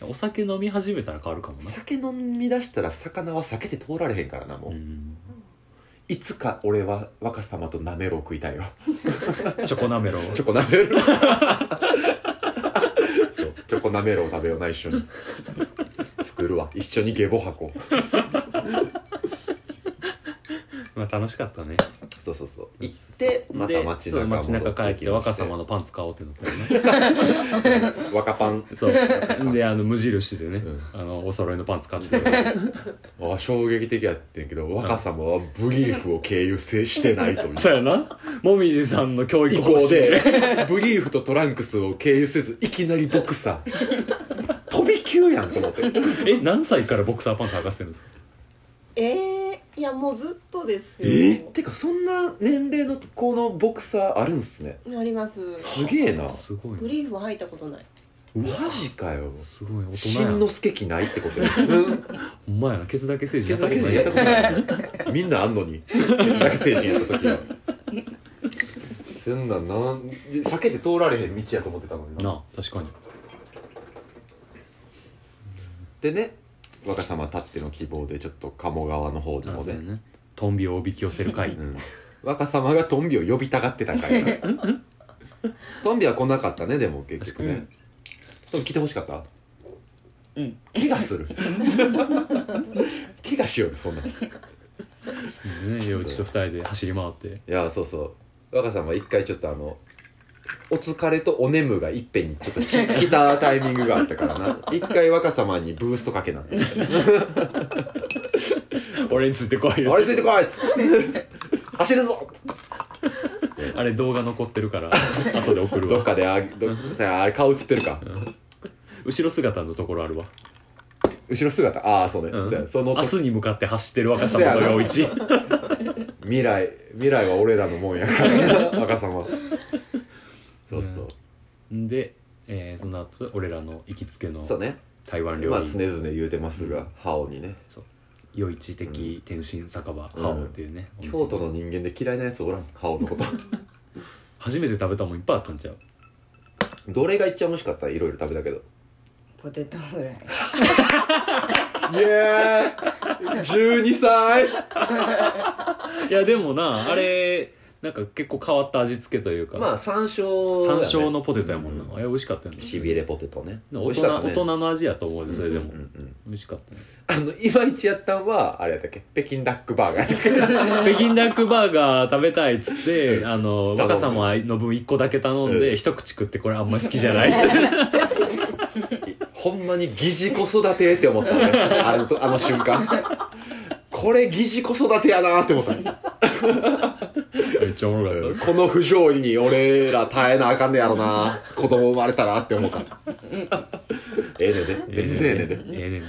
S2: お酒飲み始めたら変わるかもな、
S1: 酒飲み出したら魚は避けて通られへんからなもう、
S2: うん、
S1: いつか俺は若様となめろう食いたいよ
S2: チョコなめろ
S1: チョコなめ
S2: *laughs*
S1: ろうそうチョコなめろう食べような一緒に作るわ一緒にゲボ箱
S2: まあ楽しかったね
S1: そうそうそう行ってまた
S2: で
S1: 街
S2: そう
S1: 中
S2: 街
S1: 戻
S2: 中帰って
S1: きま
S2: 若
S1: して
S2: 様のパンツ買おうってなったよね
S1: 若パン
S2: *laughs* そうであの無印でね、
S1: うん
S2: あのお揃いのパンツ買って *laughs*
S1: あ衝撃的やってんけど若様はブリーフを経由せしてない *laughs* という
S2: そうやなもみじさんの教育
S1: 以
S2: 方
S1: 降
S2: 針
S1: でブリーフとトランクスを経由せずいきなりボクサー飛び級やんと思って
S2: え何歳からボクサーパンツ履かせてるんですか
S3: えーいやもうずっとです
S1: え
S3: よ
S1: てかそんな年齢の子のボクサーあるんすね
S3: あります
S1: すげえな
S2: すごい
S3: ブ
S2: ね
S3: リーフも入ったことない
S1: マジかよ
S2: すごい大人
S1: し
S2: や
S1: ん
S2: な
S1: のすけ気ないってことやうん
S2: ほんまやなケツだけ成人
S1: ケ
S2: やっ
S1: ツ
S2: た
S1: だ
S2: こと
S1: け
S2: な
S1: 成人や
S2: い
S1: ったことないみんなあんのにケツだけ成人やった *laughs* 時はそんなんなん避けて通られへん道やと思ってたのに
S2: なあ確かに
S1: でね若様たっての希望でちょっと鴨川の方に
S2: あ
S1: も
S2: そうや
S1: ね、
S2: ねトンビをおびき寄せる会
S1: うん、若様がトンビを呼びたがってたから
S2: *laughs*
S1: なトンビは来なかったねでも結局ね、トンビ来てほしかった
S4: うん
S1: 怪我する怪我しよるそんなんい
S2: ね陽一と二人で走り回って
S1: やそうそう若様一回ちょっとあのお疲れとお眠がいっぺんにちょっとき来たタイミングがあったからな一回若様にブーストか
S4: *laughs*
S1: けなって
S2: 俺についてこいよ
S1: あれついてこいっつって走るぞっつって
S2: あれ動画残ってるから後で送る
S1: どっ
S2: わ
S1: かであどさああれ顔映ってるか
S2: 後ろ姿のところあるわ、
S1: 後ろ姿ああそうね、
S2: うん
S1: そうやその
S2: 明日に向かって走ってる若様の陽一
S1: 未来未来は俺らのもんやから
S2: *laughs*
S1: 若様そうそう、
S2: *laughs* で、えーその後俺らの行きつけの
S1: そうね
S2: 台湾料
S1: まあ
S2: 理
S1: 常々言うてますが覇王にね
S2: 余市的天津酒場
S1: うん
S2: ハオっていうね、お店
S1: 京都の人間で嫌いなやつおらん覇王のこと
S2: *laughs* 初めて食べたもんいっぱいあったんちゃう
S1: どれがいっちゃ美味しかったいろいろ食べたけど
S4: ポテトフライ
S1: イエーイ12歳
S2: いやでもなあれなんか結構変わった味付けというか、
S1: まあ山椒、
S2: 山椒のポテトやもんな、
S1: う
S2: あれ美味しかったよね
S1: しびれポテトね
S2: 大人,、大人の味やと思うでそれで
S1: う
S2: も、
S1: んうん
S2: 美味しかったね
S1: うんあのいまいちやったんはあれやったっけ北京ダックバーガーやったっけ
S2: *laughs* 北京ダックバーガー食べたいっつって、あの
S1: 頼む
S2: 若さまの分1個だけ頼んで、
S1: うん
S2: 一口食ってこれあんまり好きじ
S1: *laughs*
S2: ゃないって
S1: ほんまに疑似子育てって思った
S2: *laughs*
S1: ねあのとあの瞬間これ疑似子育てやなって思った
S2: めっちゃおもろかっ
S1: この不条理に俺ら耐えなあかんねやろな子供生まれたらって思ったええねんで
S2: た
S1: ええねんでええねんで
S2: ええねんで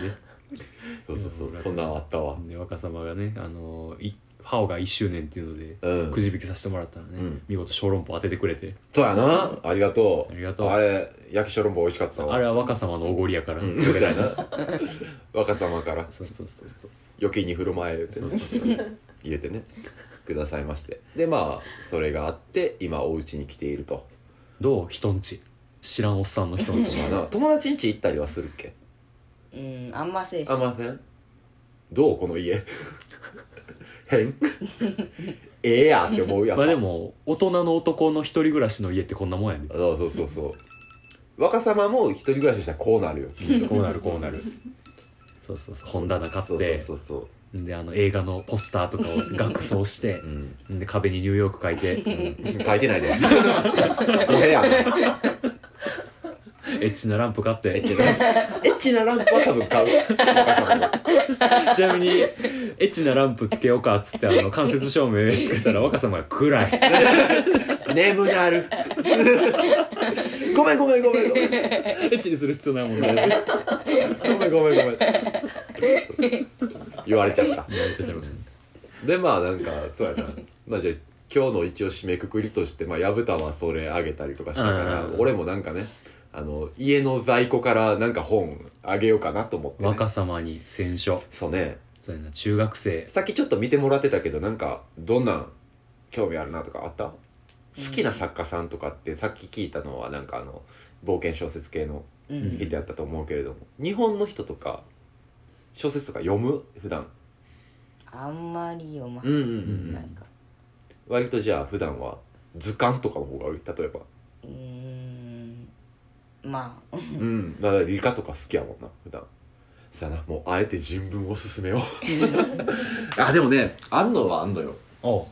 S1: そうそうそうそんなんあったわ
S2: で若様がねあのいハオが1周年っていうので
S1: うん
S2: くじ引きさせてもらったらね、
S1: うん
S2: 見事小籠包当ててくれて
S1: そうやなありがとう
S2: ありがとう
S1: あれ焼き小籠包美味しかったわ
S2: あれは若様のおごりやから、
S1: うんそうやな若様から
S2: そうそうそうそう
S1: 余計に振る舞えるって
S2: そう
S1: ね
S2: そうそうそう
S1: 入れてねくださいましてでまあそれがあって今お家に来ていると
S2: どう人んち知らんおっさんの人んち
S1: まあな友達ん家行ったりはするっけ
S4: うんあんませえへん
S1: あませんどうこの家変ええやって思うやん
S2: まあでも大人の男の一人暮らしの家ってこんなもんやね
S1: あそうそうそうそう若さまも一人暮らししたらこうなるよきっと
S2: こうなるこうなるそうそうそう本棚買って
S1: そうそうそう
S2: であの映画のポスターとか
S1: *laughs*
S2: を額装して
S1: そう、うん
S2: で壁にニューヨーク書い
S1: *laughs*
S2: て
S1: うん、書いてないで語弊やんエ
S2: エッチなランプ買っ
S1: ッ
S2: て
S1: チなエッチなランプは多分買う若様も
S2: ちなみにエッチなランプつけようかっつってあ
S1: *laughs*
S2: の間接照明つけたら若様が暗い
S1: 眠なるごめんごめんごめんごめん
S2: エッチにする必要な
S1: *laughs*
S2: いもんね
S1: ごめんごめんごめん言われちゃった
S2: 言われちゃってまし
S1: でまあなんかそうやなまあじゃあ今日の一応締めくくりとしてまあ薮田はそれあげたりとかしたから
S2: うん
S1: 俺もなんかねあの家の在庫からなんか本あげようかなと思って、ね、
S2: 若様に選書
S1: そうね
S2: そうやな中学生
S1: さっきちょっと見てもらってたけどなんかどんなん興味あるなとかあった好きな作家さんとかってさっき聞いたのはなんかあの冒険小説系の
S4: うん
S2: うん
S1: 聞いてあったと思うけれども日本の人とか小説とか読む普段
S4: あんまり読ま
S1: うんうんうんうん
S4: ないか
S1: 割とじゃあ普段は図鑑とかの方が多い例えば
S4: うーんま
S1: *laughs*
S4: あ
S1: うんだから理科とか好きやもんな普段さあなもうあえて人文を勧めよう *laughs* あでもねあんのはあんのよ
S2: おう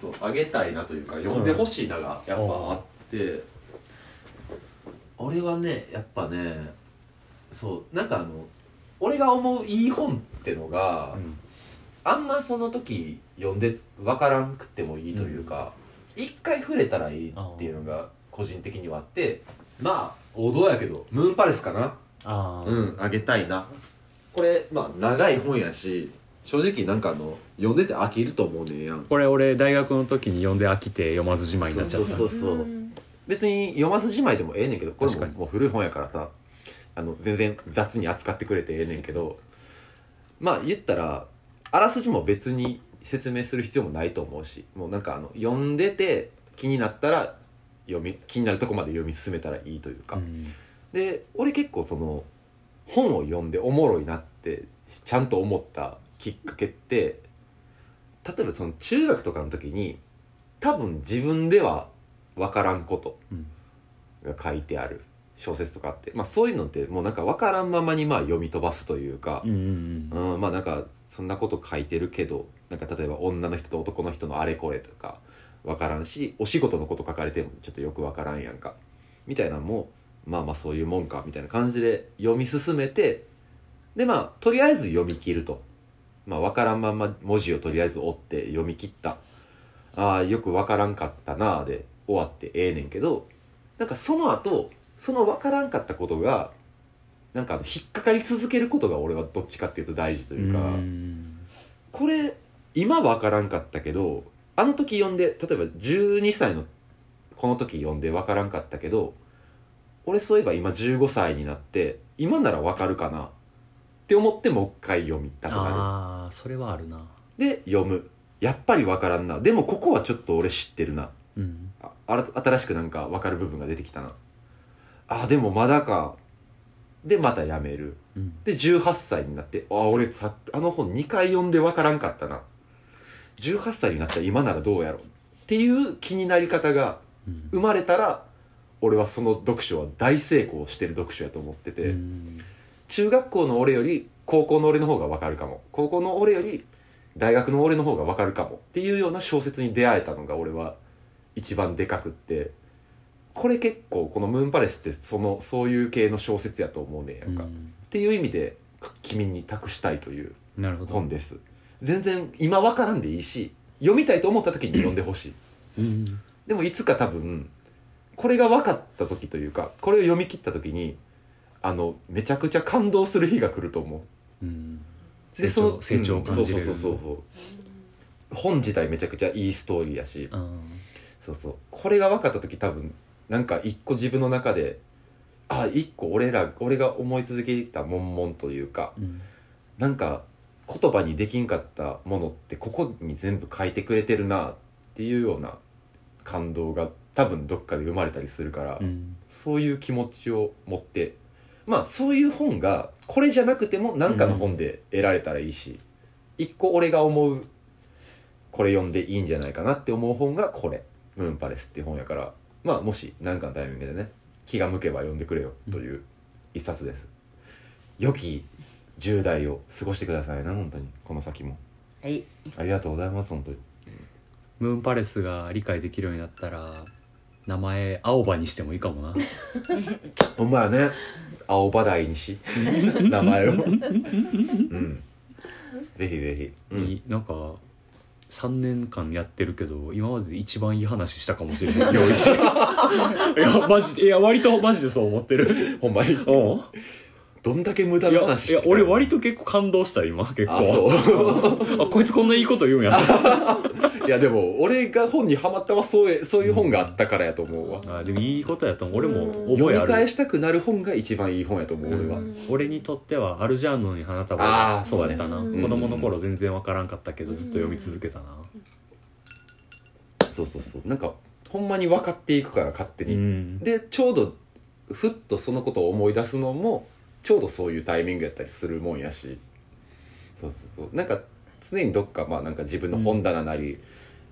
S1: そうあげたいなというか読んでほしいながやっぱあって、俺はねやっぱねそうなんかあの俺が思ういい本ってのが、
S2: うん
S1: あんまその時読んで分からんくってもいいというか、一回触れたらいいっていうのが個人的にはあってまあ王道やけどムーンパレスかな
S2: ああ
S1: うんあげたいなこれまあ長い本やし正直なんかあの読んでて飽きると思うねんやん
S2: これ俺大学の時に読んで飽きて読まずじまいになっちゃった
S1: そうそう別に読ますじまいでもええねんけどこれ
S2: 確
S1: も
S2: かに
S1: もう古い本やからさあの全然雑に扱ってくれてええねんけどまあ言ったらあらすじも別に説明する必要もないと思うしもうなんかあの読んでて気になったら読み気になるとこまで読み進めたらいいというか、
S2: うん
S1: で俺結構その本を読んでおもろいなってちゃんと思ったきっかけって例えばその中学とかの時に多分自分では分からんこと
S2: うん
S1: が書いてある小説とかあって、まあ、そういうのってもうなんか分からんままにまあ読み飛ばすというか
S2: うん、うんうん
S1: うん、まあなんかそんなこと書いてるけどなんか例えば女の人と男の人のあれこれとか分からんしお仕事のこと書かれてもちょっとよく分からんやんかみたいなのもまあまあそういうもんかみたいな感じで読み進めてでまあとりあえず読み切ると、まあ、分からんまんま文字をとりあえず折って読み切ったああよく分からんかったなあで終わってええねんけどなんかその後その分からんかったことがなんかあの引っかかり続けることが俺はどっちかっていうと大事というか、
S2: うん
S1: これ今分からんかったけどあの時読んで例えば12歳のこの時読んで分からんかったけど俺そういえば今15歳になって今なら分かるかなって思ってもう一回読みたくな
S2: ああそれはあるな
S1: るで読むやっぱり分からんなでもここはちょっと俺知ってるな
S2: うん
S1: ああら新しくなんか分かる部分が出てきたなあでもまだかでまたやめる
S2: うん
S1: で18歳になってあ俺さあの本2回読んで分からんかったな18歳になったら今ならどうやろうっていう気になり方が
S2: うん
S1: 生まれたら俺はその読書は大成功してる読書やと思ってて、
S2: うん
S1: 中学校の俺より高校の俺の方が分かるかも高校の俺より大学の俺の方が分かるかもっていうような小説に出会えたのが俺は一番でかくってこれ結構この「ムーンパレス」ってそのそういう系の小説やと思うねんやんか。
S2: うん
S1: っていう意味でか君に託したいという
S2: なるほど
S1: 本です全然今わからんでいいし読みたいと思った時に読んでほしい
S2: うん
S1: でもいつか多分これが分かった時というかこれを読み切った時にあのめちゃくちゃ感動する日が来ると思
S2: うん
S1: うで
S2: 成長成長を感じれる
S1: うんそうそうそうそう本自体めちゃくちゃいいストーリーやし
S2: うん
S1: そうそうこれが分かった時多分なんか一個自分の中であ一個俺ら俺が思い続けてきた悶々というか
S2: うん
S1: なんか言葉にできんかったものってここに全部書いてくれてるなっていうような感動が多分どっかで生まれたりするから、
S2: うん
S1: そういう気持ちを持ってまあそういう本がこれじゃなくても何かの本で得られたらいいし、一個俺が思うこれ読んでいいんじゃないかなって思う本がこれ「ムーンパレス」っていう本やからまあもし何かのタイミングでね気が向けば読んでくれよという一冊です。良き10代を過ごしてくださいな本当にこの先も
S4: はい
S1: ありがとうございます本当に
S2: ムーンパレスが理解できるようになったら名前青葉にしてもいいかもな
S1: ほんまやね青葉台にし名
S2: *laughs*
S1: 前をうんぜひぜひ、うん
S2: いいなんか3年間やってるけど今までで一番いい話したかもし
S1: *laughs*
S2: れない陽一いやマジでいや割とマジでそう思ってる
S1: ほんまに
S2: うん
S1: どんだけ無駄
S2: い
S1: な
S2: や
S1: 話
S2: いや俺割
S1: と
S2: と結構感動した今結構
S1: あそ
S2: *laughs* あこいつこんないいこと言うんや
S1: ういやでも俺が本にハマったのはそういうそういう本があったからやと思うわ
S2: あでもいいことやと思う俺も覚
S1: 読
S2: え
S1: み
S2: あ
S1: 返
S2: る
S1: したくなる本が一番いい本やと思う俺は
S2: うん俺にとっては「アルジャーノンに花束
S1: あ
S2: が」
S1: ー
S2: そうやったな、
S3: そうね
S2: 子供の頃全然わからんかったけど
S3: うん
S2: ずっと読み続けたな、
S1: そうそうそうなんかほんまに分かっていくから勝手
S2: う
S1: に、
S2: ん、
S1: でちょうどふっとそのことを思い出すのもちょうどそういうタイミングやったりするもんやしそうそうそうなんか常にどっかまあなんか自分の本棚なり、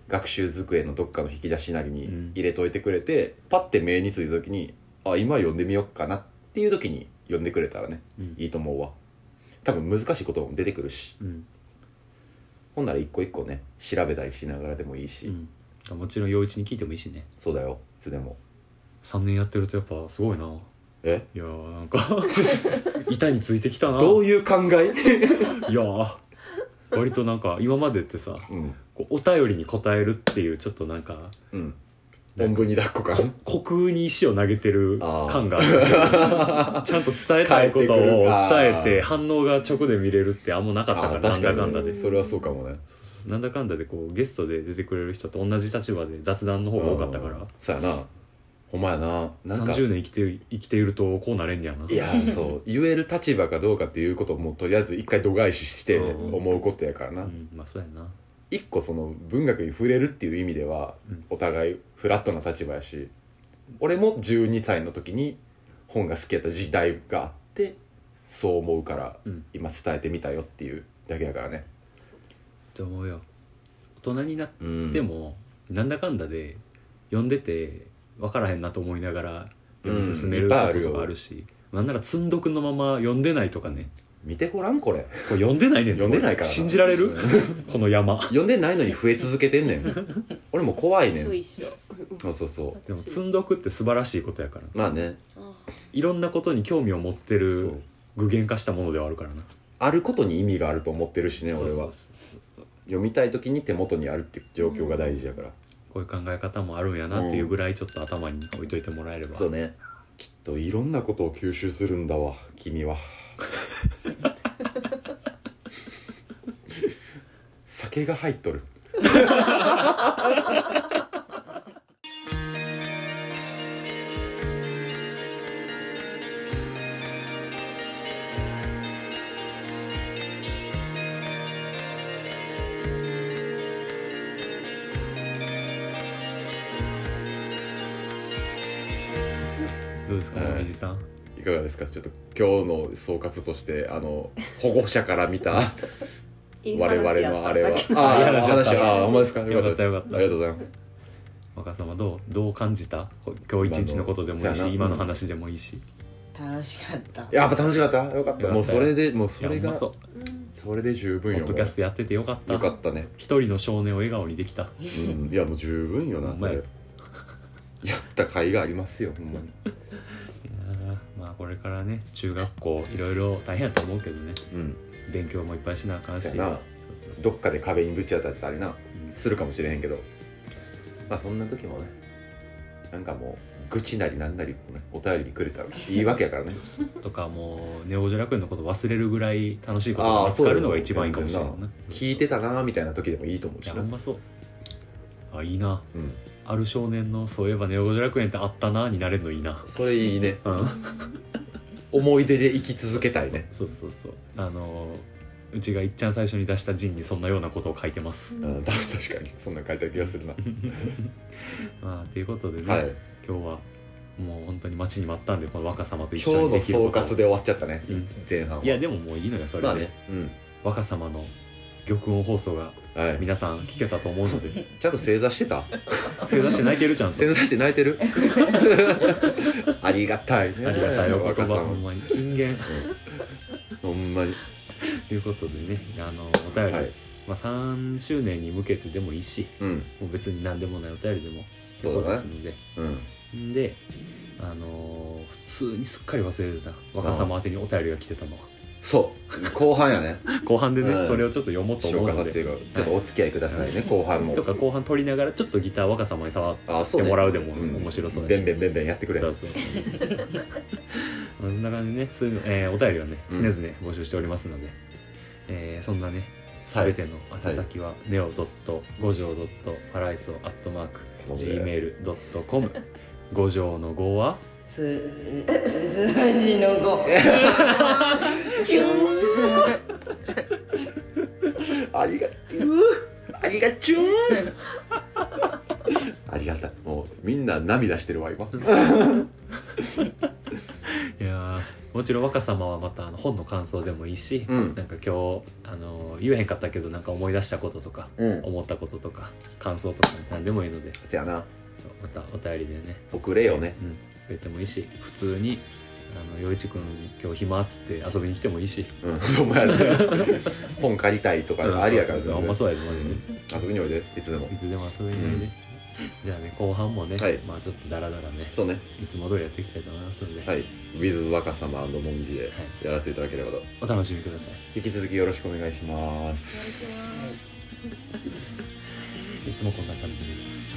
S1: 学習机のどっかの引き出しなり
S2: う
S1: に
S2: ん
S1: 入れといてくれて、パッて目についた時にあ今読んでみようかなっていう時に読んでくれたらね
S2: うん
S1: いいと思うわ多分難しいことも出てくるし
S2: うん
S1: ほんなら一個一個ね調べたりしながらでもいいし、
S2: うん、もちろん陽一に聞いてもいいしね
S1: そうだよいつでも
S2: 3年やってるとやっぱすごいな
S1: え
S2: いやーなんか
S3: *laughs*
S2: 板についてきたな
S1: どういう考え、 *laughs*
S2: いやー割となんか今までってさ
S1: うん
S2: こうお便りに答えるっていうちょっとなんか
S1: うん、おんぶに抱っこ感
S2: 虚空に石を投げてる
S1: あー
S2: 感があるちゃんと伝えたいことを
S1: 帰ってく
S2: 伝
S1: るあー
S2: えて反応が直で見れるってあんまなかったからなんだかんだで
S1: それはそうかもね
S2: なんだかんだでこうゲストで出てくれる人と同じ立場で雑談の方が多かったから
S1: そうやなほんまやななんか
S2: 30年生きて生きているとこうなれんねやない
S1: やそう *laughs* 言える立場かどうかっていうこともとりあえず一回度外視して
S2: うん
S1: 思うことやから
S2: う
S1: な、
S2: んまあそうやな
S1: 一個その文学に触れるっていう意味では
S2: うん
S1: お互いフラットな立場やし俺も12歳の時に本が好きやった時代があってそう思うから
S2: うん
S1: 今伝えてみたよっていうだけやからね、
S2: って思うよ大人になっ
S1: うん
S2: てもなんだかんだで読んでて分からへんなと思いながら読み進め
S1: うんい
S2: る
S1: っ
S2: こ
S1: ぱいあるよ
S2: ととかあるし、なんなら積んどくのまま読んでないとかね
S1: 見てごらんこれ
S2: これ読んでないねん
S1: 読んでないからな
S2: 信じられる
S1: うん
S2: *laughs* この山
S1: 読んでないのに増え続けてん
S2: *laughs*
S1: ねん俺も怖いね
S3: 一緒
S1: ん
S3: 一緒
S1: そうそうそう
S2: でも積んどくって素晴らしいことやから
S1: まあね
S3: あ
S2: いろんなことに興味を持って
S1: そ
S2: る
S1: う
S2: 具現化したものではあるからな
S1: あることに意味があると思ってるしね俺は
S2: そうそうそう
S1: 読みたい時に手元にあるって状況が大事だから、
S2: こういう考え方もあるんやなっていうぐらいちょっと頭に置いといてもらえれば、
S1: そうねきっといろんなことを吸収するんだわ君
S2: *laughs*
S1: は酒が入っとる
S2: どうですか
S1: はい
S2: もみじさん、
S1: いかがですかちょっと今日の総括としてあの保護者から見た
S3: いい
S1: 我
S3: 話
S1: 々
S3: やった
S1: のあれは
S3: さっき
S1: ああいい話
S2: やった
S1: ああほんまですかよ
S2: よ
S1: か
S2: か
S1: っ
S2: ったた
S1: です
S2: よかった
S1: ありがとうございます
S2: 若様どうどう感じたこ今日一日のことでもいいし
S1: 今の
S2: 今の話でもいいし、
S4: 楽しかった
S1: やっぱ楽しかったよかった
S2: よかったよ
S1: もうそれでもうそ
S2: いやほ
S1: れ
S2: ん
S1: が
S2: まそ
S1: そう
S3: うん
S1: れで十分
S2: ポ
S1: よ
S2: ッドキャストやっててよかっ
S1: もう
S2: た
S1: よかったね
S2: 一人の少年を笑顔にできた
S1: うんいやもう十分よ
S2: ほ
S1: なんそ
S2: まや
S1: れやった甲斐がありますよほんまに
S2: いやーまあこれからね中学校いろいろ大変やと思うけどね
S1: うん
S2: 勉強もいっぱいしなあかんし
S1: そうやな
S2: そうそうそう
S1: どっかで壁にぶち当たったりな
S2: うん
S1: するかもしれへんけどまあそんな時もねなんかもう愚痴なりなんなりもねお便りくれたらいいわけやからね
S2: とかもうネオジョ楽園のこと忘れるぐらい楽しいこと
S1: あ
S2: が
S1: あ
S2: 見つかるのが一番いいかもしれないな
S1: 聞いてたなーみたいな時でもいいと思う
S2: い
S1: し
S2: や
S1: な
S2: ほんまそうあいいな
S1: うん
S2: ある少年のそういえばネオジョ楽園ってあったなになれるのいいな
S1: それいいね
S2: うん
S1: 思い出で生き続けたいね
S2: そうそうそうそうあのうちがいっちゃん最初に出した陣にそんなようなことを書いてます
S1: うん確かにそんなん書いた気がするな
S2: まあということでね、
S1: はい
S2: 今日はもう本当に待ちに待ったんでこの若様と一緒
S1: 今
S2: に
S1: 日の
S2: できる
S1: 総
S2: ことを
S1: 括で終わっちゃったね
S2: うん
S1: 前半はい
S2: やでももういいのよそれで、
S1: まあねうん
S2: 若様の玉音放送が
S1: はい
S2: 皆さん聞けたと思う
S1: *laughs*
S2: ので
S1: ちゃんと正座してた
S2: 正座して泣いてるちゃんと
S1: 正座して泣いてる *laughs* ありがたいね
S2: ありがたいお言
S1: 若さ *laughs*
S2: 葉
S1: ん
S2: ほんまに金言
S1: ほんまに
S2: ということでねあのお便り、
S1: はい
S2: まあ、3周年に向けてでもいいし
S1: うん
S2: もう別に何でもないお便りでも結
S1: そう
S2: 構で
S1: だ
S2: す
S1: ね
S2: ので、
S1: うん
S2: んであのー普通にすっかり忘れてた若様宛てにお便りが来てたのは
S1: そう後半やね
S2: 後半でね、
S1: うん
S2: それをちょっと読もうと
S1: 消
S2: 思う
S1: 化
S2: の
S1: させて
S2: で
S1: いただくちょっとお付き合いくださいね
S2: はい
S1: 後半も
S2: とか後半取りながらちょっとギター若様に触っ
S1: あそう
S2: してもらうでも面白そうだ
S1: ベ
S2: し
S1: ンベンベンベンやってくれ
S2: そうそうそうそんな感じでねそういうの、えーお便りはね
S1: う
S2: 常
S1: ん
S2: 々募集しておりますので、えーそんなね
S1: はい
S2: 全ての宛先は、ネオドット五条ドットパライソアットマーク gmail.com 五条の
S1: *laughs*
S2: 五は
S4: 数数字の5
S1: ありがとうありがちゅん
S2: *laughs*
S1: ありがたいもうみんな涙してるわ今
S2: いやーもちろん若様はまたあの本の感想でもいいし、
S1: うん
S2: なんか今日、あのー言えへんかったけどなんか思い出したこととか
S1: うん
S2: 思ったこととか感想とか何でもいいので
S1: てやな
S2: またお便りでね
S1: 遅れよね
S2: うん、増えてもいいし普通に「あの陽一君今日暇」っつって遊びに来てもいいし
S1: うんそうもやね本借りたいとかありやから
S2: うんそうそうそうあんま
S1: 全
S2: そうやでマジで、
S1: 然遊びにおいでいつでも
S2: いつでも遊びにおいで、
S1: うん
S2: じゃあね後半もね、
S1: はい
S2: まあちょっとダラダラね
S1: そうね
S2: いつも通りやっていきたいと思いますので、
S1: はい with 若様もみじで
S2: はい
S1: やらせていただければと
S2: お楽しみください
S1: 引き続きよろしくお願いします
S2: いつもこんな感じです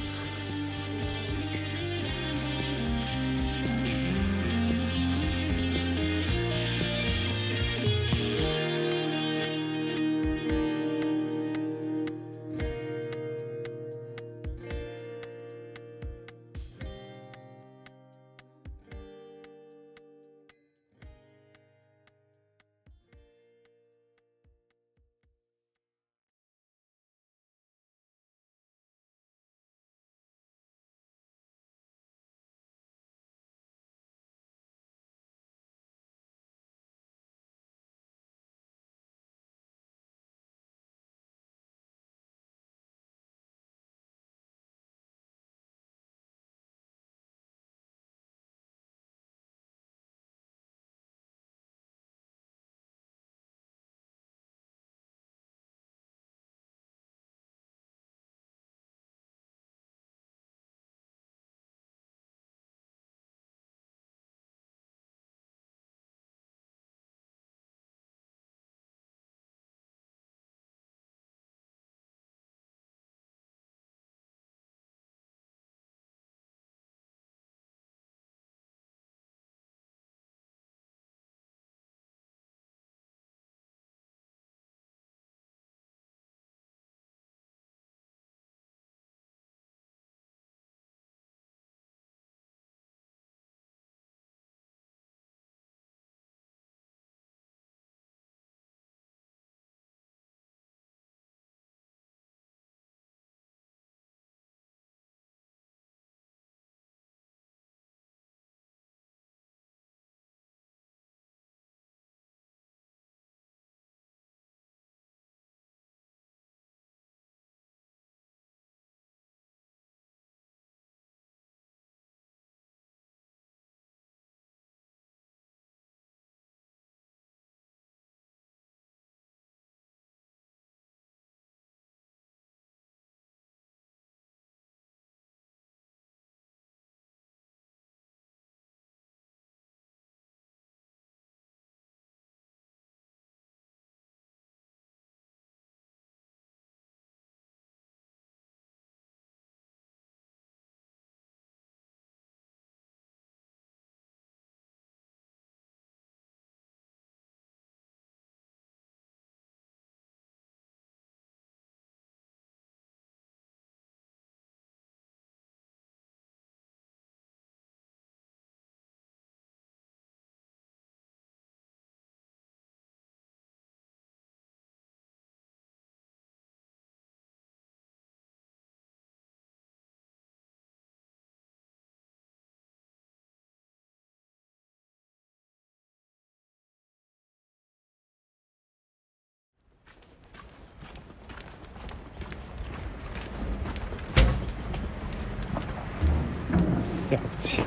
S2: てほしい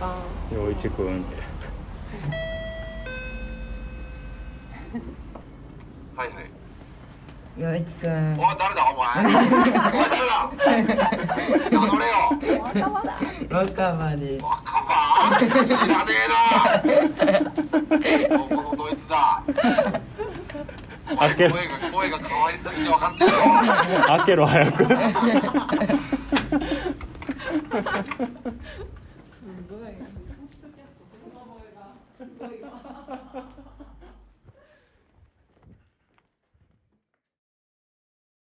S3: パ
S2: 陽一くんって
S5: はいはい。
S4: 陽一くん
S5: お前誰だお前。お前誰だ。名乗れよ。
S4: 若葉です
S5: 若葉。知ら
S2: *laughs*
S5: ねえな。このドイツだ。
S2: 開け
S5: 声
S2: ろ
S5: 声が声が変わりすぎて分かんないよ。
S2: 開けろ早く
S3: すごい